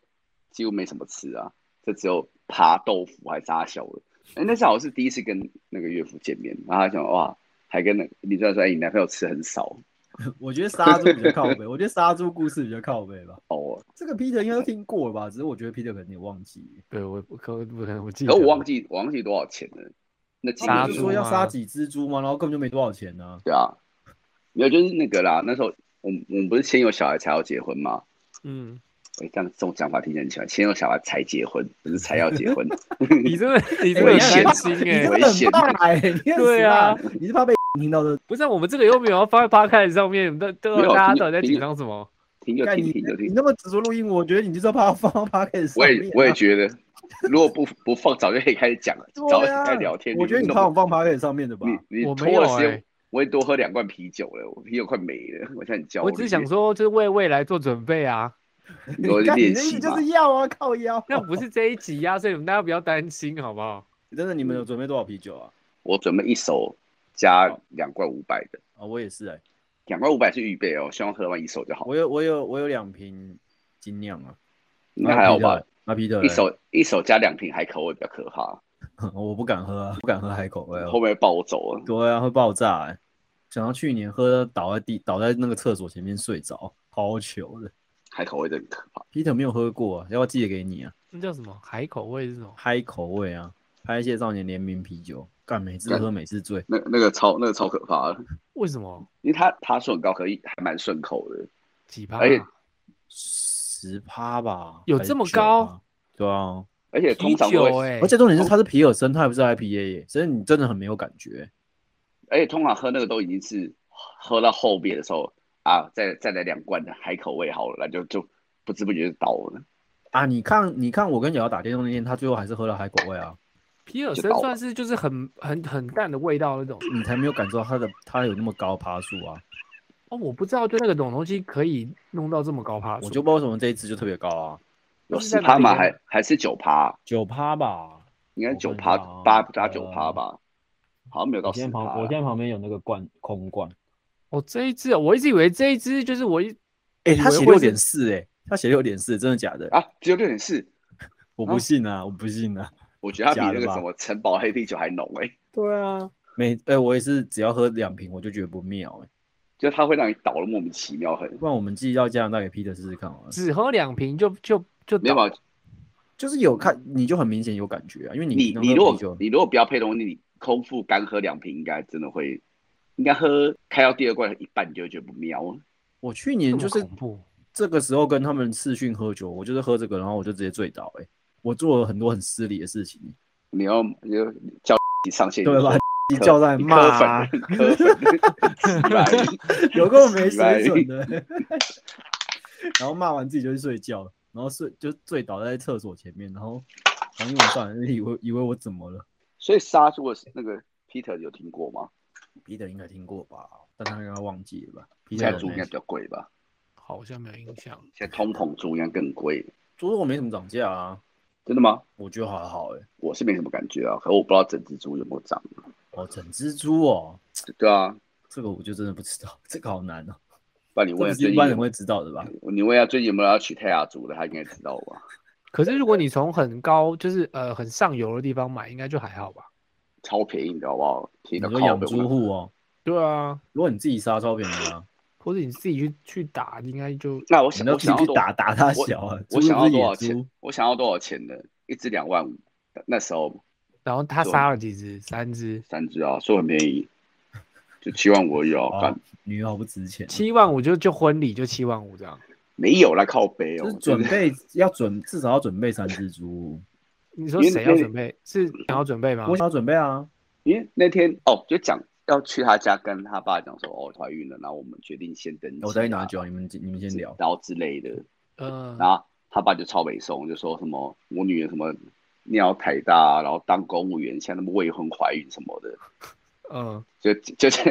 [SPEAKER 3] 几乎没什么吃啊，就只有扒豆腐还炸小了。哎、那次好像是第一次跟那个岳父见面，然后他想哇，还跟那你知道说，哎、你男朋友吃很少
[SPEAKER 2] 我觉得杀猪比较靠背，我觉得杀猪故事比较靠背吧。
[SPEAKER 3] 哦，
[SPEAKER 2] 这个 Peter 应该都听过了吧？只是我觉得 Peter 可能有点忘记。
[SPEAKER 1] 对我我可不可能我记得
[SPEAKER 3] 可
[SPEAKER 1] 了？
[SPEAKER 3] 我忘记我忘记多少钱了。那几
[SPEAKER 1] 杀
[SPEAKER 2] 他
[SPEAKER 3] 年
[SPEAKER 2] 不是
[SPEAKER 1] 猪
[SPEAKER 2] 说要
[SPEAKER 1] 吗
[SPEAKER 2] 杀几只猪吗？然后根本就没多少钱呢、
[SPEAKER 3] 对啊，没有就是那个啦，那时候我们我们不是先有小孩才要结婚吗？
[SPEAKER 1] 嗯，
[SPEAKER 3] 哎、这样这种讲法听起来很奇怪，先有小孩才结婚，不是才要 结婚。
[SPEAKER 1] 你真的你真
[SPEAKER 3] 我
[SPEAKER 1] 的
[SPEAKER 3] 以
[SPEAKER 1] 很
[SPEAKER 3] 前
[SPEAKER 1] 担心
[SPEAKER 2] 你
[SPEAKER 1] 哎
[SPEAKER 2] 真
[SPEAKER 3] 我，
[SPEAKER 2] 的很棒哎、你很
[SPEAKER 1] 对啊
[SPEAKER 2] 死棒，你是怕被听到的。
[SPEAKER 1] 不是啊我们这个又没有要放在 podcast 上面，都都
[SPEAKER 3] 没有
[SPEAKER 1] 大家
[SPEAKER 3] 你
[SPEAKER 1] 到底在
[SPEAKER 3] 你
[SPEAKER 1] 紧张什么？
[SPEAKER 3] 听就
[SPEAKER 2] 干
[SPEAKER 3] 听，
[SPEAKER 2] 你
[SPEAKER 3] 听就
[SPEAKER 2] 你
[SPEAKER 3] 听。
[SPEAKER 2] 那么执着录音，我觉得你就是要怕放到 podcast 上
[SPEAKER 3] 我
[SPEAKER 2] 面啊、
[SPEAKER 3] 也我也觉得，如果不不放，早就可以开始讲了，
[SPEAKER 2] 对啊
[SPEAKER 3] 早就开始聊天。
[SPEAKER 2] 我觉得你
[SPEAKER 3] 弄
[SPEAKER 2] 怕我放 podcast 上面的吧？
[SPEAKER 3] 你你
[SPEAKER 1] 我
[SPEAKER 3] 拖
[SPEAKER 1] 没有
[SPEAKER 3] 了时间，
[SPEAKER 1] 哎
[SPEAKER 3] 我也多喝两罐啤酒了，我啤酒快没了，我现在很焦虑。
[SPEAKER 1] 我只是想说，就是为未来做准备啊，
[SPEAKER 3] 你说
[SPEAKER 2] 干你
[SPEAKER 3] 练
[SPEAKER 2] 的意思
[SPEAKER 3] 习
[SPEAKER 2] 就
[SPEAKER 3] 嘛
[SPEAKER 2] 是，要啊，靠腰。
[SPEAKER 1] 那不是这一集呀、所以你们大家不要担心，好不好？
[SPEAKER 2] 真的，你们有准备多少啤酒啊？
[SPEAKER 3] 我准备一手加两罐五百的，
[SPEAKER 2] 啊，我也是哎、
[SPEAKER 3] 两罐五百是预备哦，希望喝完一手就好。
[SPEAKER 2] 我有我有我有两瓶精酿啊，
[SPEAKER 3] 应该还好吧？
[SPEAKER 2] 那那 Peter
[SPEAKER 3] 一
[SPEAKER 2] 嘞
[SPEAKER 3] 手一手加两瓶海口味比较可怕，
[SPEAKER 2] 我不敢喝啊，不敢喝海口味哦，
[SPEAKER 3] 后面暴走了。
[SPEAKER 2] 对啊，会爆炸、欸。想到去年喝倒在地，倒在那个厕所前面睡着，好糗的。
[SPEAKER 3] 海口味真的很可怕，
[SPEAKER 2] Peter 没有喝过、啊，要不要寄给你啊？
[SPEAKER 1] 那叫什么海口味是什么？
[SPEAKER 2] 嗨口味啊，拍蟹少年联名啤酒，干每次
[SPEAKER 3] 干
[SPEAKER 2] 喝每次醉。
[SPEAKER 3] 那那个超那个超可怕的，
[SPEAKER 1] 为什么
[SPEAKER 3] 因为它它说很高，可以还蛮顺口的。
[SPEAKER 1] 几趴、啊？
[SPEAKER 3] 而且
[SPEAKER 2] 十趴吧，
[SPEAKER 1] 有
[SPEAKER 2] 还是
[SPEAKER 1] 这么
[SPEAKER 2] 9%
[SPEAKER 1] 高？
[SPEAKER 2] 对啊，
[SPEAKER 3] 而且通常
[SPEAKER 1] 啤
[SPEAKER 3] 都
[SPEAKER 1] 酒
[SPEAKER 3] 会，
[SPEAKER 1] 哎、
[SPEAKER 2] 而且重点是它是皮尔森，它还不是 IPA 耶，所以你真的很没有感觉、
[SPEAKER 3] 而且通常喝那个都已经是喝到后面的时候啊，再再来两罐的海口味好了，那就就不知不觉就倒了。
[SPEAKER 2] 啊！你看，你看我跟瑶瑶打电动那天，他最后还是喝了海口味啊，
[SPEAKER 1] 皮尔
[SPEAKER 3] 就
[SPEAKER 1] 森
[SPEAKER 3] 倒了
[SPEAKER 1] 算是就是很很很淡的味道那种。
[SPEAKER 2] 你才没有感受到它的它有那么高趴数啊！
[SPEAKER 1] 哦，我不知道，就那个种东西可以弄到这么高趴数。
[SPEAKER 2] 我就不知道为什么这一次就特别高啊，
[SPEAKER 3] 有
[SPEAKER 1] 那是
[SPEAKER 3] 十
[SPEAKER 1] 在哪
[SPEAKER 3] 趴
[SPEAKER 1] 里
[SPEAKER 3] 吗？
[SPEAKER 1] 喝的
[SPEAKER 3] 还还是九趴？
[SPEAKER 2] 九趴吧。
[SPEAKER 3] 应该
[SPEAKER 2] 我
[SPEAKER 3] 九
[SPEAKER 2] 看一
[SPEAKER 3] 趴
[SPEAKER 2] 下啊
[SPEAKER 3] 八加九趴
[SPEAKER 2] 呃
[SPEAKER 3] 吧，好像没有到
[SPEAKER 2] 我
[SPEAKER 3] 十
[SPEAKER 2] 现在
[SPEAKER 3] 趴啊
[SPEAKER 2] 旁我现在旁边有那个罐空罐，
[SPEAKER 1] 哦，这一支哦我一直以为这一支就是我一
[SPEAKER 2] 哎、
[SPEAKER 1] 他
[SPEAKER 2] 他写
[SPEAKER 1] 写
[SPEAKER 2] 六
[SPEAKER 1] 6.4
[SPEAKER 2] 点四，哎，他写六点四，真的假的？
[SPEAKER 3] 啊，只有六点四。
[SPEAKER 2] 我
[SPEAKER 3] 啊
[SPEAKER 2] 不信啊，我不信啊。
[SPEAKER 3] 我觉得它比
[SPEAKER 2] 假
[SPEAKER 3] 那
[SPEAKER 2] 的
[SPEAKER 3] 个
[SPEAKER 2] 吧
[SPEAKER 3] 什么城堡黑啤酒还浓哎、
[SPEAKER 2] 对啊，每哎、我也是只要喝两瓶我就觉得不妙哎、
[SPEAKER 3] 就它会让你倒的莫名其妙很。
[SPEAKER 2] 不然我们寄到加拿大给 Peter 试试看好了。
[SPEAKER 3] 啊
[SPEAKER 1] 只喝两瓶就就就
[SPEAKER 3] 没有
[SPEAKER 1] 倒
[SPEAKER 3] 吧？
[SPEAKER 2] 就是有看你就很明显有感觉啊，因为你
[SPEAKER 3] 你
[SPEAKER 2] 平常
[SPEAKER 3] 你
[SPEAKER 2] 喝
[SPEAKER 3] 如
[SPEAKER 2] 啤酒
[SPEAKER 3] 果你如果不要配东西，你空腹干喝两瓶，应该真的会，应该喝开到第二罐一半，你就会觉得不妙啊了。
[SPEAKER 2] 我去
[SPEAKER 1] 这
[SPEAKER 2] 年
[SPEAKER 1] 么
[SPEAKER 2] 就是
[SPEAKER 1] 恐怖。
[SPEAKER 2] 这个时候跟他们视讯喝酒，我就是喝这个，然后我就直接醉倒、欸，我做了很多很失礼的事情，
[SPEAKER 3] 你要你就叫你上线，
[SPEAKER 2] 对吧？ 你叫上来
[SPEAKER 3] 你
[SPEAKER 2] 骂、
[SPEAKER 3] 磕粉
[SPEAKER 2] 啊，
[SPEAKER 3] 磕粉，起来
[SPEAKER 2] 有够没水准的。 然后骂完自己就去睡觉，然后睡就醉倒在厕所前面，然后然后英文上来以为以为我怎么了
[SPEAKER 3] 所以杀猪的那个 Peter 有听过吗？
[SPEAKER 2] ，Peter 应该听过吧？但他应该忘记了吧
[SPEAKER 3] 现在
[SPEAKER 2] ？Peter
[SPEAKER 3] 猪应该比
[SPEAKER 2] 没
[SPEAKER 3] 较贵吧？
[SPEAKER 1] 好像没有印象。
[SPEAKER 3] 现在通膨猪应该更贵，
[SPEAKER 2] 猪肉没什么涨价啊，
[SPEAKER 3] 真的吗？
[SPEAKER 2] 我觉得还好哎、欸。
[SPEAKER 3] 我是没什么感觉啊，可我不知道整只猪有没有涨。
[SPEAKER 2] 哦，整只猪哦，
[SPEAKER 3] 对啊，
[SPEAKER 2] 这个我就真的不知道， 这个好难哦。
[SPEAKER 3] 不然你
[SPEAKER 2] 这不
[SPEAKER 3] 问一下
[SPEAKER 2] 是
[SPEAKER 3] 最
[SPEAKER 2] 一
[SPEAKER 3] 近
[SPEAKER 2] 般人
[SPEAKER 3] 有，
[SPEAKER 2] 会知道的吧？
[SPEAKER 3] 你问一下最近有没有要娶泰雅族的，他应该知道吧？
[SPEAKER 1] 可是如果你从很高，就是呃很上游的地方买，应该就还好吧？
[SPEAKER 3] 超便宜的好不好？
[SPEAKER 2] 你
[SPEAKER 3] 便宜到
[SPEAKER 2] 说
[SPEAKER 3] 靠
[SPEAKER 2] 养
[SPEAKER 3] 北
[SPEAKER 2] 猪
[SPEAKER 3] 我
[SPEAKER 2] 户哦，
[SPEAKER 1] 对啊，
[SPEAKER 2] 如果你自己杀超便宜啊，
[SPEAKER 1] 或者你自己去去打，应该就
[SPEAKER 3] 那我
[SPEAKER 2] 你
[SPEAKER 3] 想，
[SPEAKER 2] 都
[SPEAKER 3] 我
[SPEAKER 2] 自己
[SPEAKER 3] 想
[SPEAKER 2] 去
[SPEAKER 3] 要多，
[SPEAKER 2] 打打他小啊。猪
[SPEAKER 3] 我想
[SPEAKER 2] 又不是野
[SPEAKER 3] 要多少
[SPEAKER 2] 猪
[SPEAKER 3] 钱？我想要多少钱的？一只两万五，那时候
[SPEAKER 1] 然后他
[SPEAKER 3] 对
[SPEAKER 1] 杀了几只，三只，
[SPEAKER 3] 三只啊，说很便宜，就七万五而已啊，
[SPEAKER 2] 哦
[SPEAKER 3] 干
[SPEAKER 2] 女好不值
[SPEAKER 3] 嗯
[SPEAKER 2] 钱啊，
[SPEAKER 1] 七万五就就婚礼就七万五这样。
[SPEAKER 3] 没有啦，靠北
[SPEAKER 2] 就
[SPEAKER 3] 哦
[SPEAKER 2] 是，
[SPEAKER 3] 真
[SPEAKER 2] 准
[SPEAKER 3] 的
[SPEAKER 2] 备要准至少要准备三只猪，
[SPEAKER 1] 你说
[SPEAKER 3] 因为
[SPEAKER 1] 谁
[SPEAKER 3] 因
[SPEAKER 1] 要
[SPEAKER 3] 为
[SPEAKER 1] 准备？是你要准备吗？
[SPEAKER 2] 我想要准备啊。
[SPEAKER 3] 因为那天哦，就讲要去他家跟他爸讲说，哦，怀孕了，然后我们决定先登记啊，
[SPEAKER 2] 哦我再去拿酒，你们你们先聊。
[SPEAKER 3] 然后之类的，
[SPEAKER 1] 嗯、
[SPEAKER 3] 然后他爸就超北宋，就说什么我女儿什么尿太大，啊然后当公务员，现在那么未婚怀孕什么的，
[SPEAKER 1] 嗯，
[SPEAKER 3] 就就就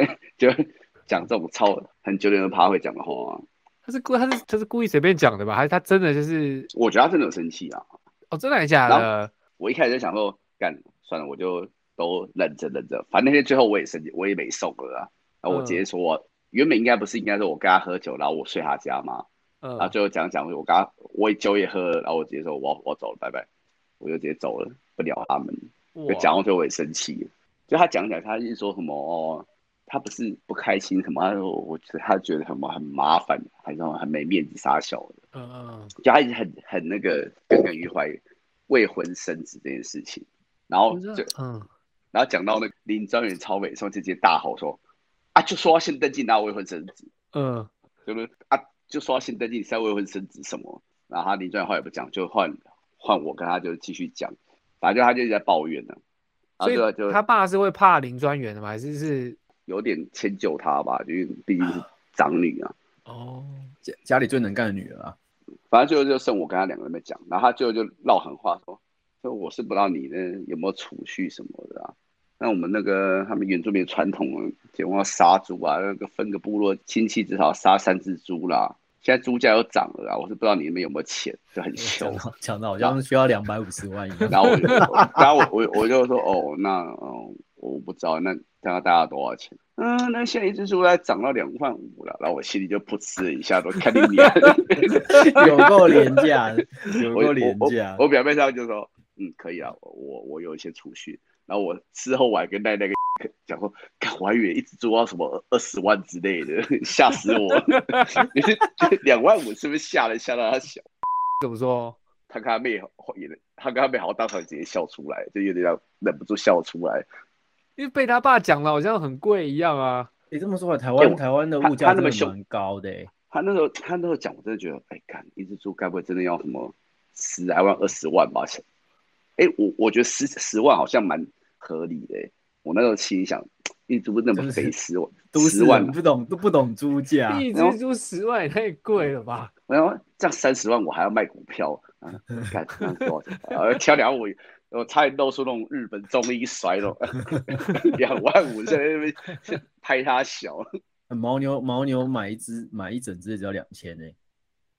[SPEAKER 3] 就讲这种超很九点二趴会讲的话、啊。
[SPEAKER 1] 他是故他是他是故意随便讲的吧？还是他真的就是
[SPEAKER 3] 我觉得他真的有生气啊！
[SPEAKER 1] 哦，真的还是假的？
[SPEAKER 3] 我一开始就想说，干算了，我就都忍着忍着，反正那天最后我也生气，我也没送了啊。然后我
[SPEAKER 1] 嗯
[SPEAKER 3] 直接说，原本应该不是应该是我跟他喝酒，然后我睡他家吗？
[SPEAKER 1] 嗯
[SPEAKER 3] 然后最后讲讲，我跟他我也酒也喝了，然后我直接说我要我要走了，拜拜，我就直接走了，不聊他们。就
[SPEAKER 1] 哇
[SPEAKER 3] 讲到最后我也生气了，就他讲起来，他一直说什么哦，他不是不开心什么，他说我觉得他觉得很麻很麻烦，还是很没面子傻小的，
[SPEAKER 1] 嗯嗯，
[SPEAKER 3] 就他一直很很那个耿耿于怀未婚生子这件事情，然后
[SPEAKER 1] 嗯
[SPEAKER 3] 哦就
[SPEAKER 1] 嗯，
[SPEAKER 3] 然后讲到那个林专员超美，说直接大吼说啊，就说要先登记拿未婚生子，
[SPEAKER 1] 嗯，
[SPEAKER 3] 就是啊，就说要先登记，你是要未婚生子什么？然后他林专员后来不讲，就换换我跟他就继续讲，反正他就一直在抱怨呢、啊，
[SPEAKER 1] 所
[SPEAKER 3] 然后就
[SPEAKER 1] 以
[SPEAKER 3] 就
[SPEAKER 1] 他爸是会怕林专员的吗？还是是
[SPEAKER 3] 有点迁就她吧，因为毕竟是长女啊。
[SPEAKER 1] 哦？
[SPEAKER 2] 家家里最能干的女儿啊，
[SPEAKER 3] 反正最后就剩我跟她两个人在讲，然后她最后就撂狠话说：“说我是不知道你呢有没有储蓄什么的啊。那我们那个他们原住民传统结婚要杀猪啊，那个分个部落亲戚至少要杀三只猪啦。现在猪价又涨了啊，我是不知道你们有没有钱，就很
[SPEAKER 2] 讲
[SPEAKER 3] 穷。”
[SPEAKER 2] 到讲到好像需要两百五十万一样。
[SPEAKER 3] 然后我就，然后我我我就说哦，那哦，我不知道，那大概大概多少钱？嗯，那现在一只猪来涨到两万五了，然后我心里就噗嗤一下，我看你脸，
[SPEAKER 2] 有够廉价的，有
[SPEAKER 3] 我
[SPEAKER 2] 够
[SPEAKER 3] 我
[SPEAKER 2] 廉
[SPEAKER 3] 我
[SPEAKER 2] 价。
[SPEAKER 3] 我表妹他们就说，嗯，可以啊，我我我有一些储蓄。然后我事后我还跟那 那个讲说，干我还以为一直做到什么二十万之类的，吓死我！ 你是两万五是不是吓人吓到他小？
[SPEAKER 1] 怎么说？
[SPEAKER 3] 他跟他妹也，他跟他妹好像当场直接笑出来，就有点让忍不住笑出来。
[SPEAKER 1] 因为被他爸讲了，好像很贵一样啊。
[SPEAKER 2] 你、这么说来，台
[SPEAKER 3] 欸
[SPEAKER 2] 湾
[SPEAKER 3] 我
[SPEAKER 2] 台湾的
[SPEAKER 3] 他
[SPEAKER 2] 物
[SPEAKER 3] 他
[SPEAKER 2] 价
[SPEAKER 3] 那
[SPEAKER 2] 真
[SPEAKER 3] 么
[SPEAKER 2] 的
[SPEAKER 3] 凶
[SPEAKER 2] 蛮高的、欸，
[SPEAKER 3] 他那时候他那时候讲，我真的觉得，哎，干一只猪该不会真的要什么十来万、二十万吧？哎，我我觉得十十万好像蛮合理的、哎我那时候心里想，一只猪那么
[SPEAKER 2] 就是
[SPEAKER 3] 肥十万，
[SPEAKER 2] 都市
[SPEAKER 3] 十万哎
[SPEAKER 2] 人，不懂都不懂猪价，
[SPEAKER 1] 一
[SPEAKER 3] 然后
[SPEAKER 1] 只猪十万也太贵了吧？
[SPEAKER 2] 嗯
[SPEAKER 3] 我想说这样三十万我还要卖股票，啊， 干这样多少钱？啊，挑两万五，我差点露出那种日本中医摔了， 两万五在那边拍他小，
[SPEAKER 2] 牦牛牦牛买一只买一整只只要两千呢。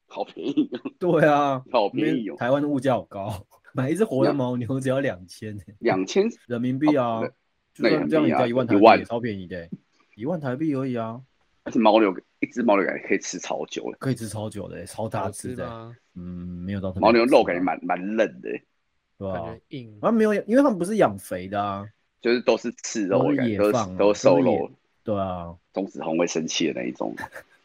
[SPEAKER 3] 好便宜哦，
[SPEAKER 2] 对啊，
[SPEAKER 3] 好
[SPEAKER 2] 因为
[SPEAKER 3] 便宜哦，
[SPEAKER 2] 台湾的物价好高， 买一只活的
[SPEAKER 3] 两
[SPEAKER 2] 牦牛只要两千欸呢，
[SPEAKER 3] 两千
[SPEAKER 2] 人民币啊，
[SPEAKER 3] 哦
[SPEAKER 2] 就
[SPEAKER 3] 那那也
[SPEAKER 2] 算这样
[SPEAKER 3] 很便宜
[SPEAKER 2] 你
[SPEAKER 3] 啊
[SPEAKER 2] 才一万台
[SPEAKER 3] 一万
[SPEAKER 2] 币，超便宜的欸、一万台币而已啊，
[SPEAKER 3] 而且牦牛一只牦牛感觉可以吃超久了，
[SPEAKER 2] 可以吃超久的欸、超大
[SPEAKER 1] 好
[SPEAKER 2] 只
[SPEAKER 1] 吃
[SPEAKER 2] 的欸、
[SPEAKER 1] 吗？
[SPEAKER 2] 嗯，没有到特别
[SPEAKER 3] 牦牛
[SPEAKER 2] 好吃
[SPEAKER 3] 肉
[SPEAKER 2] 啊
[SPEAKER 3] 感觉蛮蛮嫩的，
[SPEAKER 2] 对
[SPEAKER 1] 感
[SPEAKER 2] 吧、
[SPEAKER 1] 觉硬。
[SPEAKER 2] 啊，没有，因为他们不是养肥的啊，
[SPEAKER 3] 就是都是刺肉的
[SPEAKER 2] 都
[SPEAKER 3] 感觉，都
[SPEAKER 2] 是野
[SPEAKER 3] 是
[SPEAKER 2] 放啊
[SPEAKER 3] 都是瘦
[SPEAKER 2] 都是
[SPEAKER 3] 肉
[SPEAKER 2] 野，对啊，
[SPEAKER 3] 钟子红会生气的那一种，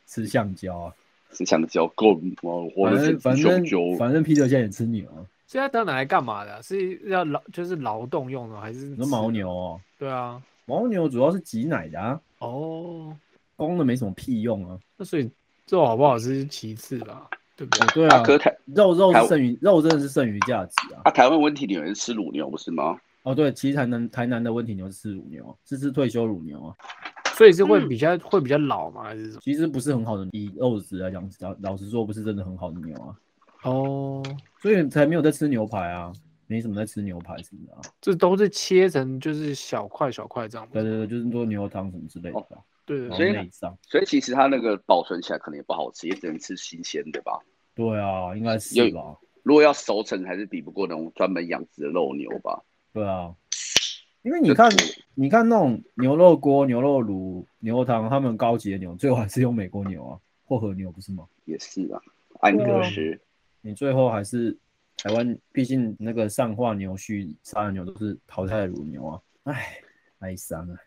[SPEAKER 2] 吃橡胶啊，
[SPEAKER 3] 是香蕉够哦我活
[SPEAKER 2] 反
[SPEAKER 3] 的
[SPEAKER 2] 正
[SPEAKER 3] 是
[SPEAKER 2] 反
[SPEAKER 3] 熊
[SPEAKER 2] 正
[SPEAKER 3] 酒，
[SPEAKER 2] 反正啤酒现在也吃牛啊，
[SPEAKER 1] 所以它到底拿来干嘛的啊？是要劳就是劳动用的，还是
[SPEAKER 2] 你说牦？牛哦，
[SPEAKER 1] 对啊，
[SPEAKER 2] 牦牛主要是挤奶的啊，
[SPEAKER 1] 哦，
[SPEAKER 2] 公的没什么屁用啊，
[SPEAKER 1] 那所以肉好不好吃是其次吧，对不对
[SPEAKER 2] 哦？对
[SPEAKER 3] 啊，
[SPEAKER 2] 啊，
[SPEAKER 3] 可是台
[SPEAKER 2] 肉肉
[SPEAKER 3] 台
[SPEAKER 2] 是剩余肉真的是剩余价值啊，
[SPEAKER 3] 啊台湾问题，有人吃乳牛不是吗？
[SPEAKER 2] 哦对，其实台南台南的问题牛是吃乳牛，啊是吃退休乳牛啊，
[SPEAKER 1] 所以是会比较、会比较老嘛，还是什么？
[SPEAKER 2] 其实不是很好的，以肉质来讲，老老实说不是真的很好的牛啊，
[SPEAKER 1] 哦，
[SPEAKER 2] 所以才没有在吃牛排啊，没什么在吃牛排什么的啊，
[SPEAKER 1] 这都是切成就是小块小块这样吗。
[SPEAKER 2] 对对对，就是做牛汤什么之类的啊，
[SPEAKER 1] 对对对
[SPEAKER 2] 然后
[SPEAKER 3] 哦所以
[SPEAKER 2] 内脏。
[SPEAKER 3] 所以其实它那个保存起来可能也不好吃，也只能吃新鲜的吧。
[SPEAKER 2] 对啊，应该
[SPEAKER 3] 有
[SPEAKER 2] 是吧？
[SPEAKER 3] 如果要熟成，还是比不过那种专门养殖的肉牛吧。
[SPEAKER 2] 对啊，因为你看，你看那种牛肉锅、牛肉炉、牛肉汤，他们高级的牛，最后还是用美国牛啊，或和牛，不是吗？
[SPEAKER 3] 也是啊，安格斯，
[SPEAKER 2] 你最后还是台湾，毕竟那个上化牛畜、杀的牛都是淘汰的乳牛啊，唉，哀伤啊。